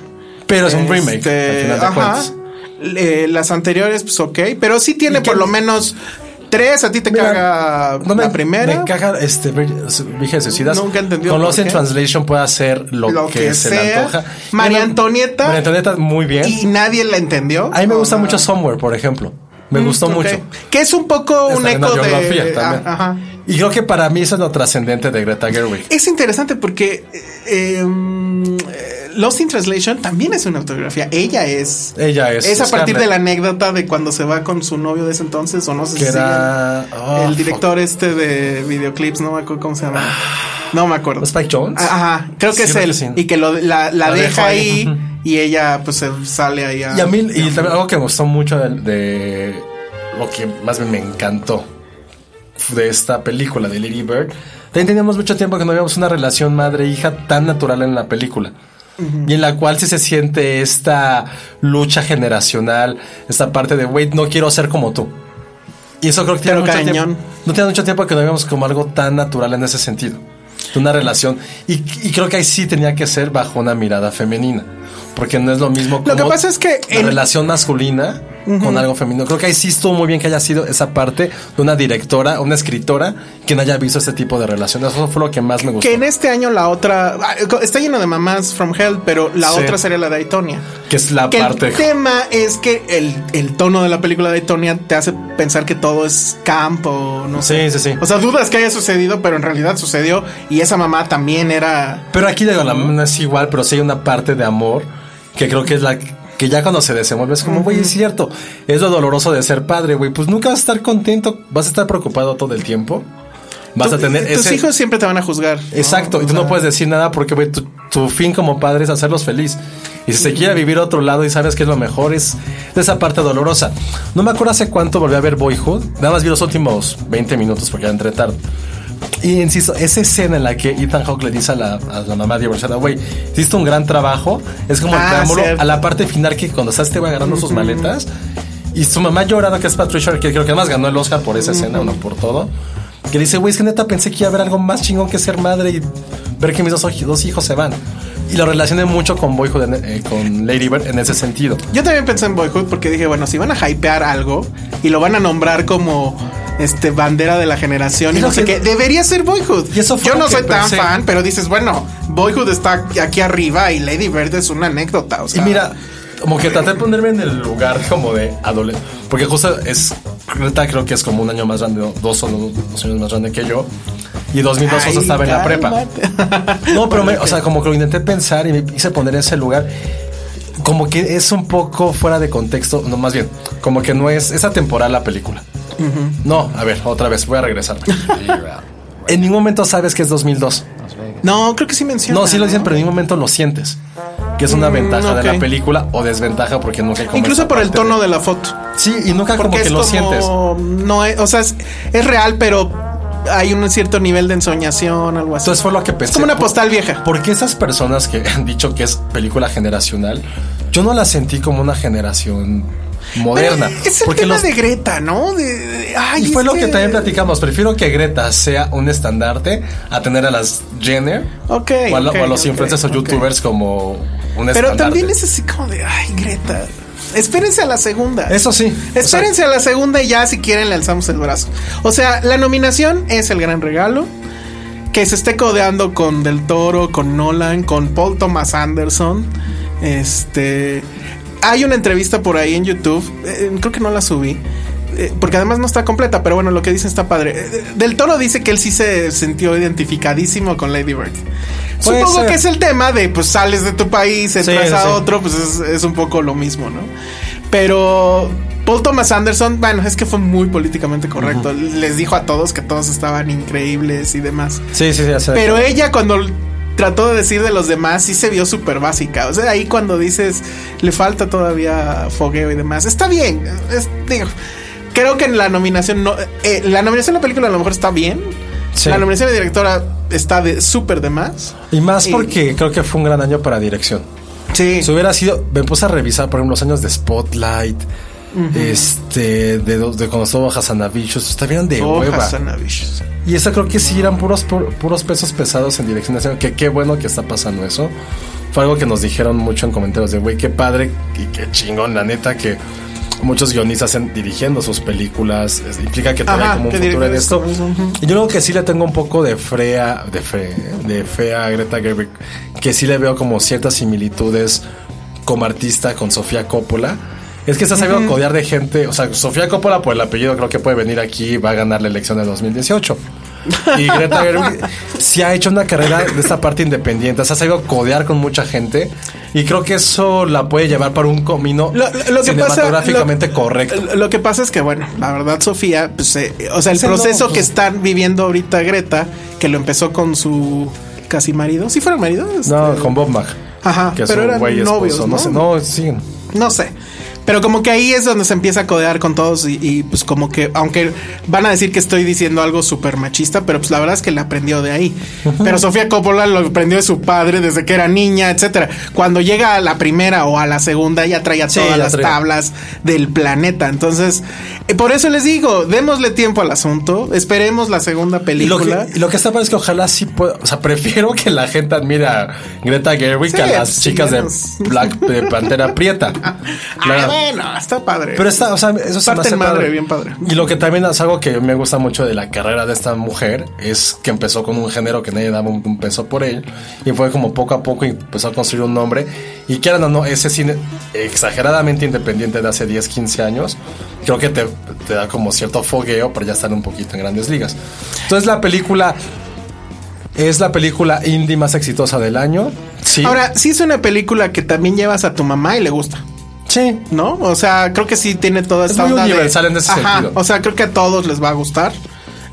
Pero es un remake. Este, al final de ajá. cuentas. Eh, las anteriores, pues ok, pero sí tiene ¿Y qué- por lo menos tres. A ti te Mira, caga no me- la primera. Me caga este Vir- Virgen Suicidas. Nunca he entendido Con por Lost in qué. Translation puede hacer lo, Lo que, que se le sea. antoja. María Yo no- Antonieta. María Antonieta, muy bien. y nadie la entendió. A mí me gusta Ah, mucho Somewhere, por ejemplo. Me gustó Mm, ok. mucho. Que es un poco un Está en eco la biografía de. también. ah, ajá. Y creo que para mí eso es lo trascendente de Greta Gerwig. Es interesante porque eh, em, eh, Lost in Translation también es una autobiografía. Ella es. Ella es. Es, a partir Scarlett, de la anécdota de cuando se va con su novio de ese entonces, o no sé Que si era. siguen. oh, el director este de videoclips, no me acuerdo cómo se llama. No me acuerdo. Ah, fuck. Ah. Spike Jones. Ajá, creo que Sí, es creo él. que sí. Y que lo, la, la La dejo deja ahí. ahí y ella pues se sale ahí a... Y a mí, y también algo que me gustó mucho de, de lo que más bien me encantó de esta película de Lady Bird. También teníamos mucho tiempo que no habíamos una relación madre-hija tan natural en la película. Y en la cual sí se siente esta lucha generacional, esta parte de, wait, no quiero ser como tú. Y eso creo que tiene Pero mucho cañón. tiempo. No tiene mucho tiempo que no habíamos como algo tan natural en ese sentido. De una relación. Y, y creo que ahí sí tenía que ser bajo una mirada femenina. Porque no es lo mismo Lo que como pasa es que la en- relación masculina con algo femenino. Creo que ahí sí estuvo muy bien que haya sido esa parte de una directora, una escritora, quien haya visto este tipo de relaciones. Eso fue lo que más me gustó. Que en este año la otra... ah, Está lleno de mamás From Hell, pero la Sí. otra sería la de Aitonia. Que es la Que parte. el tema es que el, el tono de la película de Aitonia te hace pensar que todo es campo, no sé. Sí, sí, sí. O sea, dudas que haya sucedido, pero en realidad sucedió y esa mamá también era... Pero aquí digo, la no es igual, pero sí hay una parte de amor que creo que es la que ya cuando se desenvuelve es como, güey, es cierto, es lo doloroso de ser padre, güey, pues nunca vas a estar contento, vas a estar preocupado todo el tiempo, vas a Tu- tener Tus ese... hijos siempre te van a juzgar. ¿no? Exacto, y O tú no sea, puedes decir nada porque güey, tu, tu fin como padre es hacerlos feliz. Y si se quiere vivir a otro lado y sabes que es lo mejor, es de esa parte dolorosa. No me acuerdo hace cuánto volví a ver Boyhood, nada más vi los últimos 20 minutos porque ya entré tarde. Y insisto, esa escena en la que Ethan Hawke le dice a la, a la mamá divorciada, güey, hiciste un gran trabajo, es como el Ah, preámbulo cierto. a la parte final que cuando estás te va agarrando sus maletas y su mamá llorando, que es Patricia Arquette, creo que además ganó el Oscar por esa escena, uno por todo. Que dice, güey, es que neta pensé que iba a haber algo más chingón que ser madre y ver que mis dos, oj- dos hijos se van. Y lo relacioné mucho con Boyhood, en- eh, con Lady Bird en ese sentido. Yo también pensé en Boyhood porque dije, bueno, si van a hypear algo y lo van a nombrar como este bandera de la generación y Es lo no sé que- qué, debería ser Boyhood. Y eso fue Yo lo no que soy tan pensé. fan, pero dices, bueno, Boyhood está aquí arriba y Lady Bird es una anécdota. O Y sea, mira, como que traté de ponerme en el lugar como de adolescente. Porque justo es, Greta creo que es como un año más grande, o dos o dos años más grande que yo. Y 2002 justo Ay, estaba en la prepa. cálmate. No, pero me- o sea, como que lo intenté pensar y me quise poner en ese lugar. Como que es un poco fuera de contexto, no, más bien, como que no es, es atemporal la película. No, a ver, otra vez, voy a regresar. en ningún momento sabes que es 2002. No, creo que sí menciona. No, sí lo dicen, pero en ningún momento lo sientes. Que es una ventaja de la Mm, ok. película o desventaja porque nunca hay como Incluso esa por el parte tono de- de la foto. Sí, y nunca como que Porque es lo como sientes. no es, o sea, es, es real, pero hay un cierto nivel de ensoñación, algo así. Entonces fue lo que pensé. es como una Por- postal vieja. Porque esas personas que han dicho que es película generacional, yo no la sentí como una generación moderna. Pero Es el porque tema los- de Greta, ¿no? De- de- ay, y fue es lo que también platicamos. Prefiero que Greta sea un estandarte a tener a las Jenner Ok, o, a la- o a ok, los ok, influencers ok. o youtubers como un estandarte. Pero también es así como de, ay, Greta. Espérense a la segunda. Eso sí. Espérense a la segunda y ya si quieren le alzamos el brazo. O sea, la nominación es el gran regalo. Que se esté codeando con Del Toro, con Nolan, con Paul Thomas Anderson. Este. Hay una entrevista por ahí en YouTube. eh, creo que no la subí. eh, porque además no está completa, pero bueno, lo que dicen está padre. Eh, Del Toro dice que él sí se sintió identificadísimo con Lady Bird. Puede Supongo ser. que es el tema de pues sales de tu país, Sí, entras a sí. otro, pues es, es un poco lo mismo, ¿no? Pero Paul Thomas Anderson, bueno, es que fue muy políticamente correcto. Les dijo a todos que todos estaban increíbles y demás. Sí, sí, sí. ya sé. Pero ella cuando trató de decir de los demás sí se vio súper básica. O sea, ahí cuando dices le falta todavía fogueo y demás. Está bien. Es- digo, creo que en la nominación no... eh, la nominación de la película a lo mejor está bien. Sí. La nominación de directora está de súper de más. y más y- porque creo que fue un gran año para dirección. Sí. Si hubiera sido, me puse a revisar, por ejemplo, los años de Spotlight, este, de, do- de cuando estuvo Hasanavichus, estaban de Oh, hueva. Hazanavicius. Y eso creo que sí eran puros, pu- puros pesos pesados en dirección nacional. Que qué bueno que está pasando eso. Fue algo que nos dijeron mucho en comentarios de, güey, qué padre y qué chingón, la neta, que muchos guionistas están dirigiendo sus películas. Es- implica que Ajá, trae como un que futuro en dirigen esto. esto, ujú. Y yo creo que sí le tengo un poco de frea, de fe, de fea a Greta Gerwig, que sí le veo como ciertas similitudes como artista con Sofía Coppola. Es que se ha sabido codear de gente. O sea, Sofía Coppola, por el apellido, creo que puede venir aquí y va a ganar la elección de 2018. Y Greta Gerwig sí ha hecho una carrera de esta parte independiente. Se ha sabido codear con mucha gente. Y creo que eso la puede llevar para un camino Lo- lo- lo que pasa- cinematográficamente lo- correcto. Lo- Lo que pasa es que, bueno, la verdad, Sofía, pues, eh, o sea, el Sí, no, proceso pues. que están viviendo ahorita Greta, que lo empezó con su casi marido. ¿Sí fueron marido? No, Este, con Bob Mack. Ajá, que es pero un eran güey esposo. novios, No ¿no? sé, no, siguen. No sé. Pero como que ahí es donde se empieza a codear con todos y, y, pues como que, aunque van a decir que estoy diciendo algo súper machista, pero pues la verdad es que la aprendió de ahí. Pero Sofía Coppola lo aprendió de su padre desde que era niña, etcétera. Cuando llega a la primera o a la segunda ya traía Sí, todas ya las traía. tablas del planeta. Entonces, eh, por eso les digo, démosle tiempo al asunto, esperemos la segunda Y lo, película. que, y lo que está padre es que ojalá sí pueda. O sea, prefiero que la gente admire a Greta Gerwig Sí, que a las sí, chicas de, menos. Black, de Pantera Prieta. Ah, Claro. bueno, está padre. Pero está, o sea, eso se me Parte hace madre, bien padre. Y lo que también es algo que me gusta mucho de la carrera de esta mujer es que empezó con un género que nadie daba un, un peso por él y fue como poco a poco y empezó a construir un nombre. Y que o no, ese cine exageradamente independiente de hace 10, 15 años, creo que te, te da como cierto fogueo para ya estar un poquito en grandes ligas. Entonces la película es la película indie más exitosa del año. Sí. Ahora, sí es una película que también llevas a tu mamá y le gusta. sí. ¿no? O sea, creo que sí tiene toda Es esta muy onda de- universal en ese Ajá, sentido. O sea, creo que a todos les va a gustar.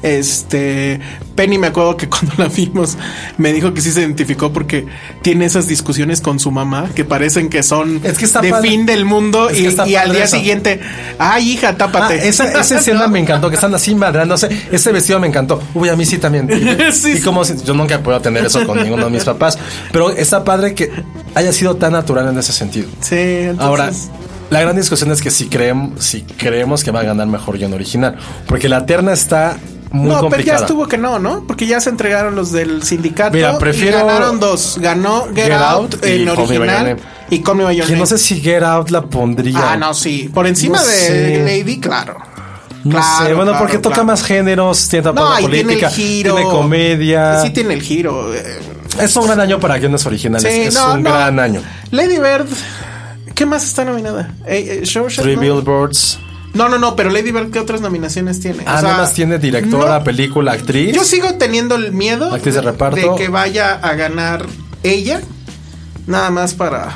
Este Penny me acuerdo que cuando la vimos me dijo que sí se identificó porque tiene esas discusiones con su mamá que parecen que son Es que está de padre. fin del mundo Es y, que está y al padre día eso. siguiente, ay hija, tápate. Ah, esa, esa escena me encantó, que están así madrándose. Ese vestido me encantó. Uy, a mí sí también. Y, Sí, sí. como si- yo nunca he podido tener eso con ninguno de mis papás. Pero está padre que haya sido tan natural en ese sentido. Sí, entonces- Ahora, la gran discusión es que si creemos, si creemos que va a ganar mejor guión original. Porque la terna está muy no, pero ya complicada. estuvo que no, ¿no? Porque ya se entregaron los del sindicato. Mira, y prefiero- ganaron dos. Ganó Get, Get Out, Out y en Call Me by Your original Name. y Call Me By Your Que no Name. sé si Get Out la pondría. Ah, no, sí. Por encima No de sé. Lady, claro. No sé, Claro, bueno, claro, porque toca claro. más géneros, tiene No, tampoco y tiene el política, giro. tiene comedia. Sí, tiene el giro. eh, Es un gran año para guiones originales. sí, es no, un no. gran año. Lady Bird. ¿Qué más está nominada? Eh, eh, Shawshank, Three ¿no? Billboards. No, no, no, pero Lady Bird, ¿qué otras nominaciones tiene? O Ah, sea, nada más tiene directora, no. película, actriz. Yo sigo teniendo el miedo Actriz de reparto. que vaya a ganar ella. Nada más para.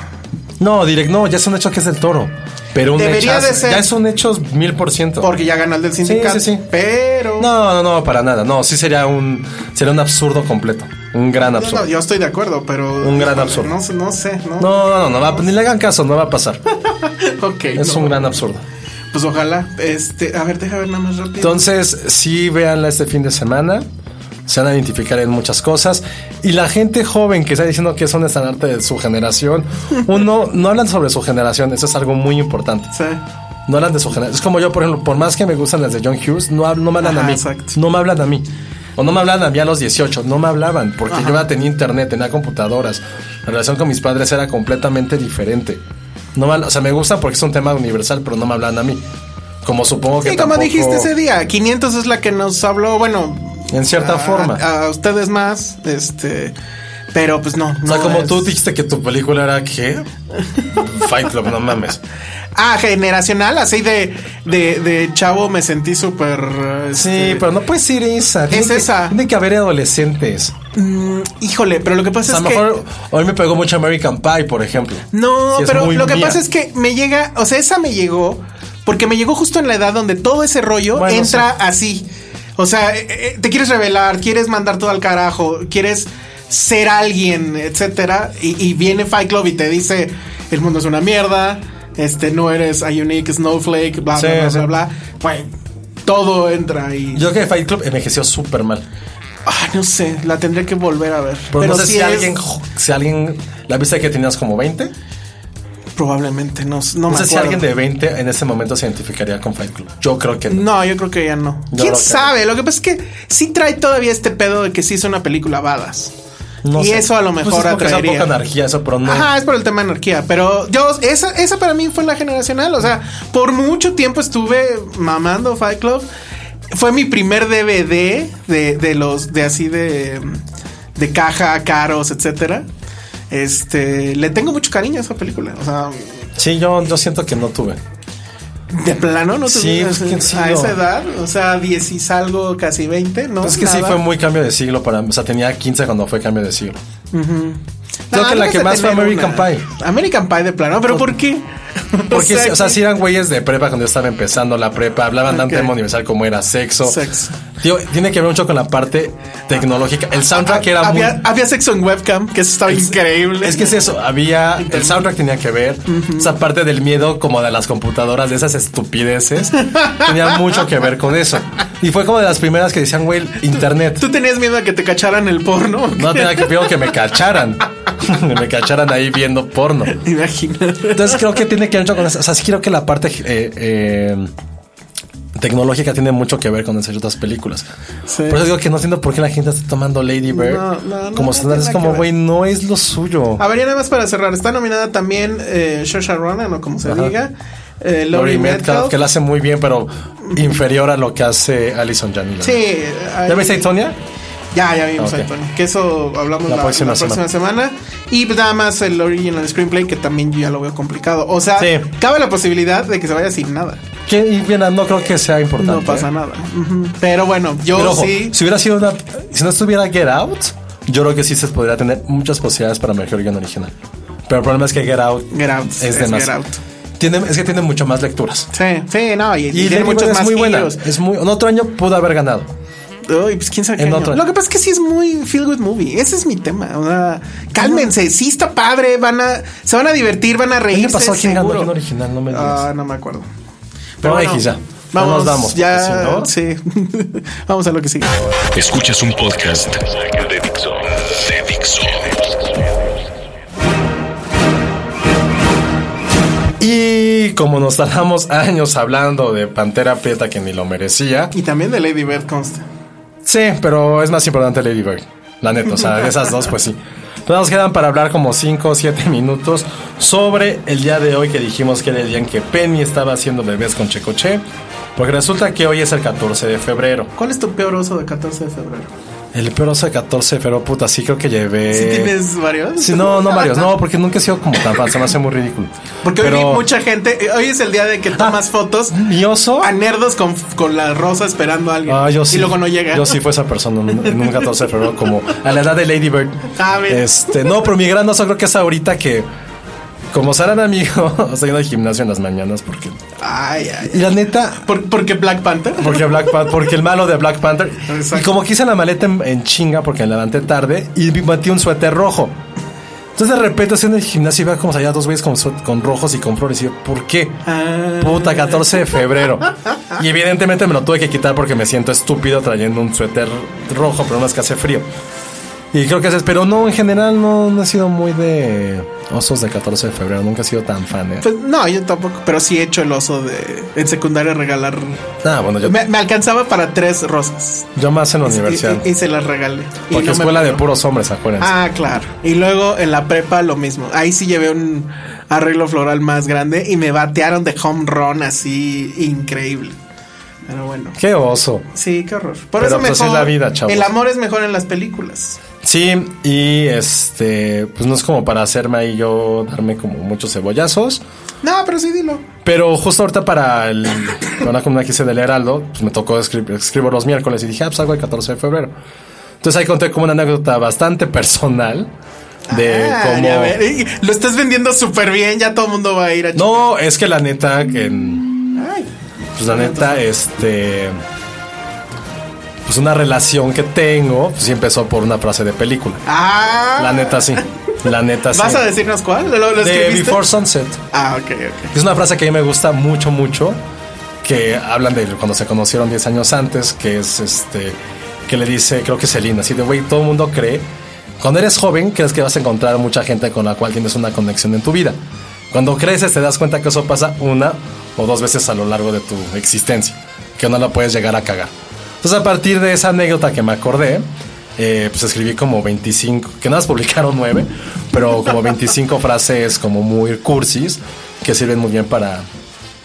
No, direct, no, ya es un hecho que es del toro. Pero un Debería hechazo. de ser. Ya es un hecho mil por ciento. Porque ya ganó el del sindicato. sí, sí. Pero. No, no, no, para nada. No, sí sería un, sería un absurdo completo. Un gran No, absurdo. no, yo estoy de acuerdo, pero. Un gran híjole, absurdo. No, sé- no sé, no. No, no, no, no va- ni le hagan caso, no va a pasar. Ok, Es no. un gran absurdo. Pues ojalá. Este, a ver, deja ver nada más rápido. Entonces, sí, véanla este fin de semana. Se van a identificar en muchas cosas. Y la gente joven que está diciendo que es un estandarte de su generación, uno, no hablan sobre su generación. Eso es algo muy importante. Sí. No hablan de su generación. Es como yo, por ejemplo, por más que me gustan las de John Hughes, no, hab- no me hablan Ajá, a mí. exacto. No me hablan a mí. O no me hablan a mí a los 18. No me hablaban. Porque yo ya tenía internet, tenía computadoras. La relación con mis padres era completamente diferente. No me hablan- o sea, me gusta porque es un tema universal, pero no me hablan a mí. Como supongo que. Sí, como tampoco- dijiste ese día, 500 es la que nos habló, bueno, En cierta a, forma. a ustedes más, este, Pero pues no. O sea, no como es- tú dijiste que tu película era ¿qué? Fight Club, no mames. Ah, generacional, así de, de, de chavo me sentí súper. Sí, este, pero no puedes ir esa. Tiene Es que- esa. Tiene que haber adolescentes. Híjole, pero lo que O sea, pasa a es lo que. mejor hoy me pegó mucho American Pie, por ejemplo. No, Sí, es pero muy lo que mía. pasa es que me llega, o sea, esa me llegó porque me llegó justo en la edad donde todo ese rollo Bueno, entra sí. así. O sea, eh, eh, te quieres revelar, quieres mandar todo al carajo, quieres ser alguien, etcétera. Y, y viene Fight Club y te dice: el mundo es una mierda, este no eres a unique snowflake, bla, Sí, bla, bla, sí. bla, bla. Bueno, todo entra y. Yo creo que Fight Club envejeció súper mal. Ah, no sé, la tendré que volver a ver. Pero, no sé sí si es- alguien, jo- si alguien, la viste que tenías como 20. Probablemente, no, no, No me sé si acuerdo. alguien de 20 en ese momento se identificaría con Fight Club. Yo creo que no. No, yo creo que ya no. Yo ¿Quién creo que sabe? Lo que pasa es que sí trae todavía este pedo de que sí hizo una película badas. No y sé. eso a lo Pues mejor es porque es un atraería. poco anarquía eso, pero no. Ajá, es por el tema de anarquía. Pero yo, esa, esa para mí fue la generacional. O sea, por mucho tiempo estuve mamando Fight Club. Fue mi primer DVD de, de los, de así de, de caja, caros, etcétera. Este, le tengo mucho cariño a esa película. O sea, Sí, yo, yo siento que no tuve. de plano, no Sí, tuve- pues, ¿quién sí, no? a Pues esa edad, o sea, 10 y salgo, casi 20, ¿no? es que sí Nada. fue muy cambio de siglo para mí. O sea, tenía 15 cuando fue cambio de siglo. Creo No, que la debes que de más fue tener American una- Pie. American Pie de plano, pero ¿por qué? Porque, sí, o sea, que- sí eran güeyes de prepa cuando yo estaba empezando la prepa, hablaban de un Ok. tema universal como era sexo. Sexo. Tío, tiene que ver mucho con la parte tecnológica. El soundtrack era Ah, había, muy... había sexo en webcam, que eso estaba increíble. Es que es eso, había... El soundtrack tenía que ver. Esa parte del miedo como de las computadoras, de esas estupideces, tenía mucho que ver con eso. Y fue como de las primeras que decían, güey, internet. ¿Tú tenías miedo a que te cacharan el porno? No tenía que pedir que me cacharan. me cacharan ahí viendo porno. Imagina. Entonces creo que tiene que ver mucho con eso. O sea, sí creo que la parte eh, eh, tecnológica tiene mucho que ver con esas otras películas. Sí. Por eso digo que no entiendo por qué la gente está tomando Lady Bird. No, no, no, como no estándar. tiene es nada como, que Ah, güey, no es lo suyo. A ver, y nada más para cerrar. Está nominada también eh, Saoirse Ronan, o como se Ajá. diga. Eh, Laurie Laurie Metcalf, Metcalf. que la hace muy bien, pero inferior a lo que hace Alison Janila. Sí. ¿Ya ahí- viste Itonia? Ya, ya vimos Ok. ahí, Tony. Que eso hablamos La la, próxima la próxima semana. Y pues nada más el original screenplay, que también yo ya lo veo complicado. O sea, Sí. cabe la posibilidad de que se vaya sin nada. Que y bien, no creo que sea importante. No pasa ¿eh? nada. Ujú. Pero bueno, yo Pero ojo, sí. si hubiera sido una. Si no estuviera Get Out, yo creo que sí se podría tener muchas posibilidades para mejor guión original. Pero el problema es que Get Out Get Out, es de más. Get Out. Tiene, es que tiene muchas más lecturas. Sí, sí, no, y, y Y, tiene Lady Bird muchos es más muy buena. giros. Es muy, en otro año pudo haber ganado. Uy, pues quién sabe qué En año. otro. Lo que pasa es que sí es muy feel good movie. Ese es mi tema. O sea, cálmense, sí está padre, van a, se van a divertir, van a reírse. ¿Qué pasó? ¿Quién ganó? seguro. ¿Quién original? No me digas. Ah, no me acuerdo. Pero bueno, X ya. Vamos, Vamos, vamos. Ya, porque si sí. vamos a lo que sigue. Escuchas un podcast de Dixo. De Dixo. no- Y como nos tardamos años hablando de Pantera Prieta que ni lo merecía. Y también de Lady Bird consta. Sí, pero es más importante Lady Bird. La neta, o sea, de esas dos, pues sí. Pero nos quedan para hablar como 5 o 7 minutos sobre el día de hoy que dijimos que era el día en que Penny estaba haciendo bebés con Checoche. Porque resulta que hoy es el 14 de febrero. ¿Cuál es tu peor oso de 14 de febrero? El peor oso de 14 de febrero, puta, sí creo que llevé. ¿Sí tienes varios? Sí, Eh, no, no varios, no, porque nunca he sido como tan fan, se me hace muy ridículo. Porque hoy Pero- vi mucha gente. eh, Hoy es el día de que tomas fotos Mi oso. a nerdos con, con la rosa esperando a alguien. Ah, yo sí. Y luego no llega. Yo sí fue esa persona en en un 14 de febrero, como a la edad de Lady Bird. Ah, mira. Este, no, pero mi gran oso creo que es ahorita que, como serán amigos, estoy yendo al gimnasio en las mañanas porque. Ay, ay. Y la neta. ¿Por, ¿por qué Black Panther? Porque Black Pan- porque el malo de Black Panther. Exacto. Y como quise la maleta en, en chinga porque me levanté tarde y me metí un suéter rojo. Entonces de repente estoy en el gimnasio y veo como allá dos güeyes con, suét- con rojos y con flores. Y yo, ¿por qué? Ah, Puta, 14 de febrero. Y evidentemente me lo tuve que quitar porque me siento estúpido trayendo un suéter rojo, pero no es que hace frío. Y creo que es, pero no, en general no, no he sido muy de osos de 14 de febrero, nunca he sido tan fan. ¿eh? Pues no, yo tampoco. Pero sí he hecho el oso de en secundaria regalar. Ah, bueno, yo, Me, me alcanzaba para tres rosas. yo más en la Y- universidad. Y, y se las regalé. Y porque no me escuela de peló. puros hombres, acuérdense. Ah, claro. Y luego en la prepa lo mismo. Ahí sí llevé un arreglo floral más grande y me batearon de home run así increíble. Pero bueno. Qué oso. Sí, qué horror. Por Pero, eso pues, así mejor. es la vida, chavos. El amor es mejor en las películas. Sí, y este, pues no es como para hacerme ahí yo darme como muchos cebollazos. No, pero sí dilo. Pero justo ahorita para el, para una columna que hice del Heraldo, pues me tocó escribir, escribo los miércoles y dije, ah, pues algo el 14 de febrero. Entonces ahí conté como una anécdota bastante personal de Ah, cómo... ya ver, eh, Lo estás vendiendo súper bien, ya todo el mundo va a ir a No, es que la neta, que en- Ay, pues la neta, este... Pues una relación que tengo, pues sí empezó por una frase de película. Ah. La neta sí. La neta sí. ¿Vas a decirnos cuál? ¿Lo, lo de escribiste? Before Sunset. Ah, ok, ok. Es una frase que a mí me gusta mucho, mucho. Que hablan de cuando se conocieron 10 años antes, que es este. Que le dice, creo que es Selena, así de güey, todo el mundo cree. Cuando eres joven, crees que vas a encontrar mucha gente con la cual tienes una conexión en tu vida. Cuando creces, te das cuenta que eso pasa una o dos veces a lo largo de tu existencia, que no la puedes llegar a cagar. Entonces, a partir de esa anécdota que me acordé, eh, pues escribí como 25, que nada más publicaron 9, pero como 25 frases como muy cursis que sirven muy bien para.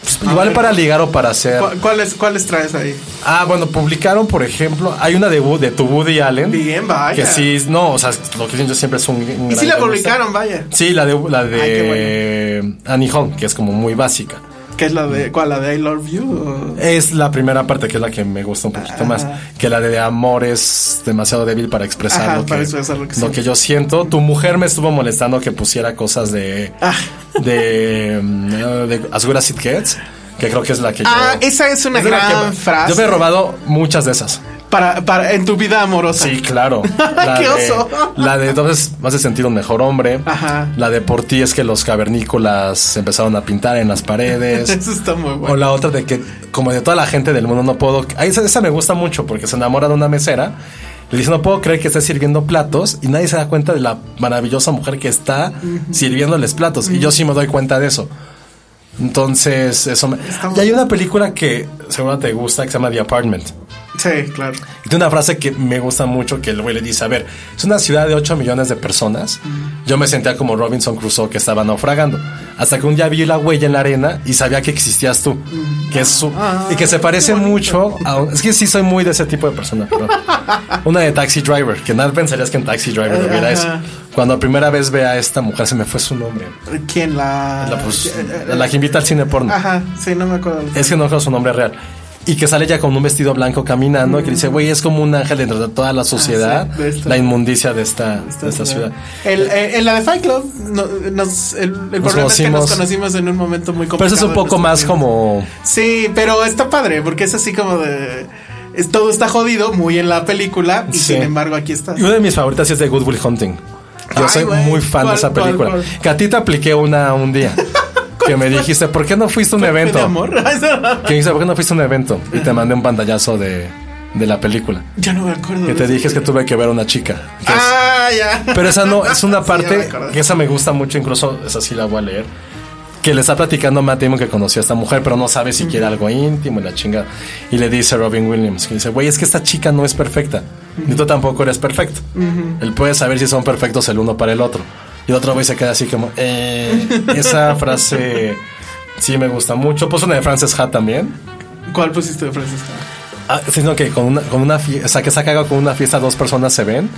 pues, igual para ligar o para hacer. ¿Cu- ¿Cuáles, ¿Cuáles traes ahí? Ah, bueno, publicaron, por ejemplo, hay una de, Wo- de tu Woody Allen. Bien, vaya. Que sí, no, o sea, lo que yo siempre es un. un Y sí gran la guionista. publicaron, vaya. Sí, la de, la Ay, de qué Annie Hong, que es como muy básica. ¿Qué es la de cuál? ¿La de I Love You? Es la primera parte que es la que me gusta un poquito más. Que la de amor es demasiado débil para expresar, Ah. Ajá, lo, para que, expresar lo que sientes. yo siento. Tu mujer me estuvo molestando que pusiera cosas de. Ah. de. mm, de As Good As It Gets, que creo que es la que Ah, yo. esa es una de la gran que- frase. Yo me he robado muchas de esas. Para, para en tu vida amorosa. Sí, claro. La ¡Qué de- oso! La de entonces vas a sentir un mejor hombre. Ajá. La de por ti es que los cavernícolas empezaron a pintar en las paredes. Eso está muy O bueno. la otra de que, como de toda la gente del mundo, no puedo. ah, Esa, esa me gusta mucho porque se enamora de una mesera. Le dice, no puedo creer que esté sirviendo platos y nadie se da cuenta de la maravillosa mujer que está sirviéndoles platos. Y yo sí me doy cuenta de eso. Entonces, eso me... Y hay una película que seguro te gusta que se llama The Apartment. Sí, claro. Y tiene una frase que me gusta mucho que el güey le dice, a ver, es una ciudad de 8 millones de personas. Yo me sentía como Robinson Crusoe que estaba naufragando. Hasta que un día vi la huella en la arena y sabía que existías tú. Que es su- y que se parece mucho a... un- Es que sí soy muy de ese tipo de persona, pero... Una de Taxi Driver, que nada pensarías que en Taxi Driver hubiera eso. Cuando la primera vez ve a esta mujer, se me fue su nombre. ¿Quién la.? Eh, La, pues, la que invita al cine porno. Ajá, sí, no me acuerdo. Es que no creo su nombre real. Y que sale ya con un vestido blanco caminando y que dice, güey, es como un ángel dentro de toda la suciedad, Ah, sí, de esta- la inmundicia de esta, de esta ciudad. El, eh, en la de Fight Club, no- nos, el, el problema es que conocimos. nos conocimos en un momento muy complicado. Pero eso es un de poco nuestra más vida. como... Sí, pero está padre, porque es así como de. es- todo está jodido, muy en la película, y Sí. sin embargo aquí está. Y una de mis favoritas es de Good Will Hunting. Yo Ay, soy güey, muy fan de ¿cuál, esa cuál, película. cuál? Que a ti te apliqué una un día. que me dijiste, ¿por qué no fuiste a un ¿Fue evento? de amor? Que me dijiste, ¿por qué no fuiste a un evento? Y te mandé un pantallazo de, de la película. ya no me acuerdo. Que de te eso. dije es que tuve que ver a una chica. Que es- Ah, ya. Pero esa no, es una Sí, ya me parte acordé. que esa me gusta mucho, incluso esa sí la voy a leer. Que le está platicando a Matt Damon que conoció a esta mujer, pero no sabe si quiere algo íntimo y la chinga. Y le dice Robin Williams, que dice, güey, es que esta chica no es perfecta. Ni tú tampoco eres perfecto. Él puede saber si son perfectos el uno para el otro. Y el otro güey se queda así como, eh, esa frase sí me gusta mucho. Puso una de Frances Ha también. ¿Cuál pusiste de Francisco? Ah, sino que con una, con una fiesta, o sea, que se ha cagado con una fiesta, dos personas se ven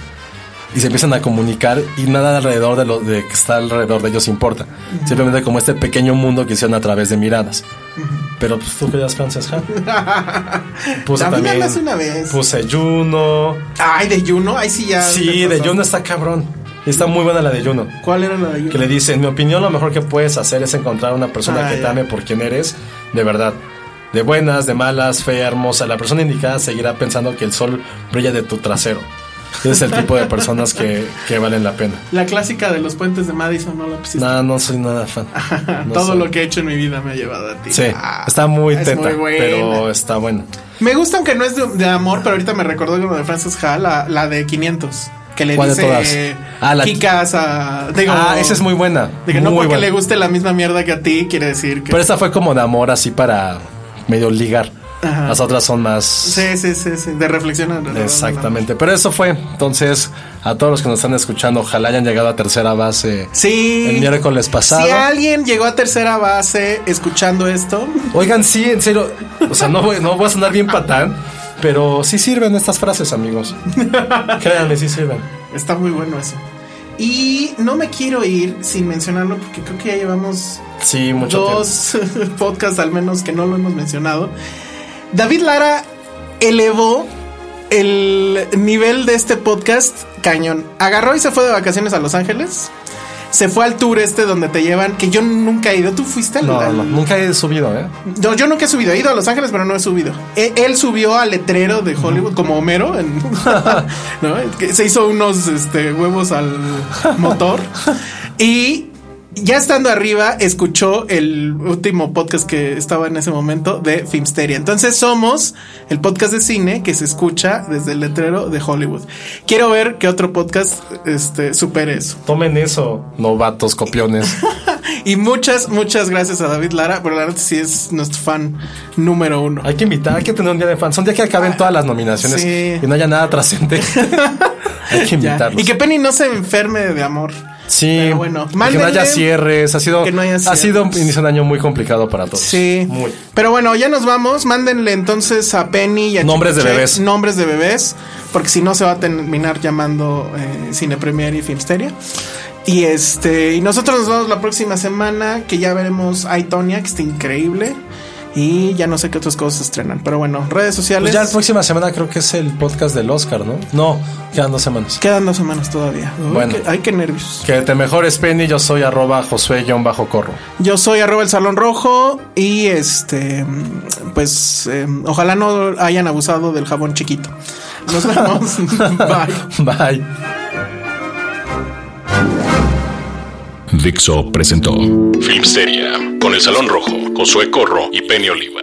y se empiezan a comunicar y nada alrededor de lo de que está alrededor de ellos importa. Simplemente como este pequeño mundo que hicieron a través de miradas. Pero pues tú querías Frances Ha. Puse A mí me Pues también. hablas una vez. Puse Juno. Ay, de Juno, ahí sí ya. Sí, te de pasó. Juno está cabrón. Y está muy buena la de Juno. ¿Cuál era la de Juno? Que le dice, en mi opinión lo mejor que puedes hacer es encontrar una persona Ah, que te ya. ame por quien eres, de verdad. De buenas, de malas, fea, hermosa. La persona indicada seguirá pensando que el sol brilla de tu trasero. Ese es el tipo de personas que, que valen la pena. La clásica de los puentes de Madison, no la pusiste. No, no soy nada fan. No Todo soy. lo que he hecho en mi vida me ha llevado a ti. Sí, Ah, está muy es teta, buena. pero está bueno. Me gusta, aunque no es de, de amor, pero ahorita me recordó con lo de Frances Ha, la, la de 500. Que le ¿Cuál de dice todas? eh, Ah, la- Kikas a. Digo, Ah, esa es muy buena. de que no muy porque buena. le guste la misma mierda que a ti, quiere decir que. Pero esta fue como de amor así para medio ligar. Las otras son más... sí, sí, sí, sí, De reflexión. alrededor de la- Exactamente, pero eso fue. Entonces, a todos los que nos están escuchando, ojalá hayan llegado a tercera base Sí. el miércoles pasado. Si alguien llegó a tercera base escuchando esto, Oigan, sí, en serio, o sea, no voy, no voy a sonar bien patán, Pero sí sirven estas frases, amigos. Créanme, sí sirven. Está muy bueno eso. Y no me quiero ir sin mencionarlo porque creo que ya llevamos Sí, mucho dos podcasts al menos que no lo hemos mencionado. David Lara elevó el nivel de este podcast cañón. Agarró y se fue de vacaciones a Los Ángeles. Se fue al tour este donde te llevan, que yo nunca he ido. ¿Tú fuiste al, tiempo. No, al- no, nunca he subido, ¿eh? no, yo nunca he subido, he ido a Los Ángeles, pero no he subido. E- él subió al letrero de Hollywood como Homero, en- ¿no? Que se hizo unos este, huevos al motor. Y ya estando arriba, escuchó el último podcast que estaba en ese momento de Filmsteria. Entonces somos el podcast de cine que se escucha desde el letrero de Hollywood. Quiero ver qué otro podcast este, supere eso. Tomen eso, novatos, copiones. Y muchas, muchas gracias a David Lara, pero la verdad sí es nuestro fan número uno. Hay que invitar, hay que tener un día de fans. Un día que acaben todas las nominaciones Sí. y no haya nada trascendente. hay que Ya. invitarlos. Y que Penny no se enferme de amor. sí, pero bueno, y que no haya mándenle- cierres. Ha sido, que no haya ha sido un cierres. inicio de año muy complicado para todos. Sí. Muy. Pero bueno, ya nos vamos. Mándenle entonces a Penny y a Nombres Chicoche de bebés. Nombres de bebés. Porque si no se va a terminar llamando eh, Cine Premier y Filmsteria. Y este. Y nosotros nos vemos la próxima semana. Que ya veremos a Itonia, que está increíble. Y ya no sé qué otras cosas estrenan. Pero bueno, redes sociales. Pues ya la próxima semana creo que es el podcast del Oscar, ¿no? No, quedan dos semanas. Quedan dos semanas todavía. Uy, Bueno. qué- ay, qué nervios. Que te mejores, Penny. Yo soy arroba josué-corro. Yo soy arroba el salón rojo y este, mm, pues eh, ojalá no hayan abusado del jabón chiquito. Nos vemos. Bye. Bye. Dixo presentó Filmsteria con el Salón Rojo, Josué Corro y Penny Oliva.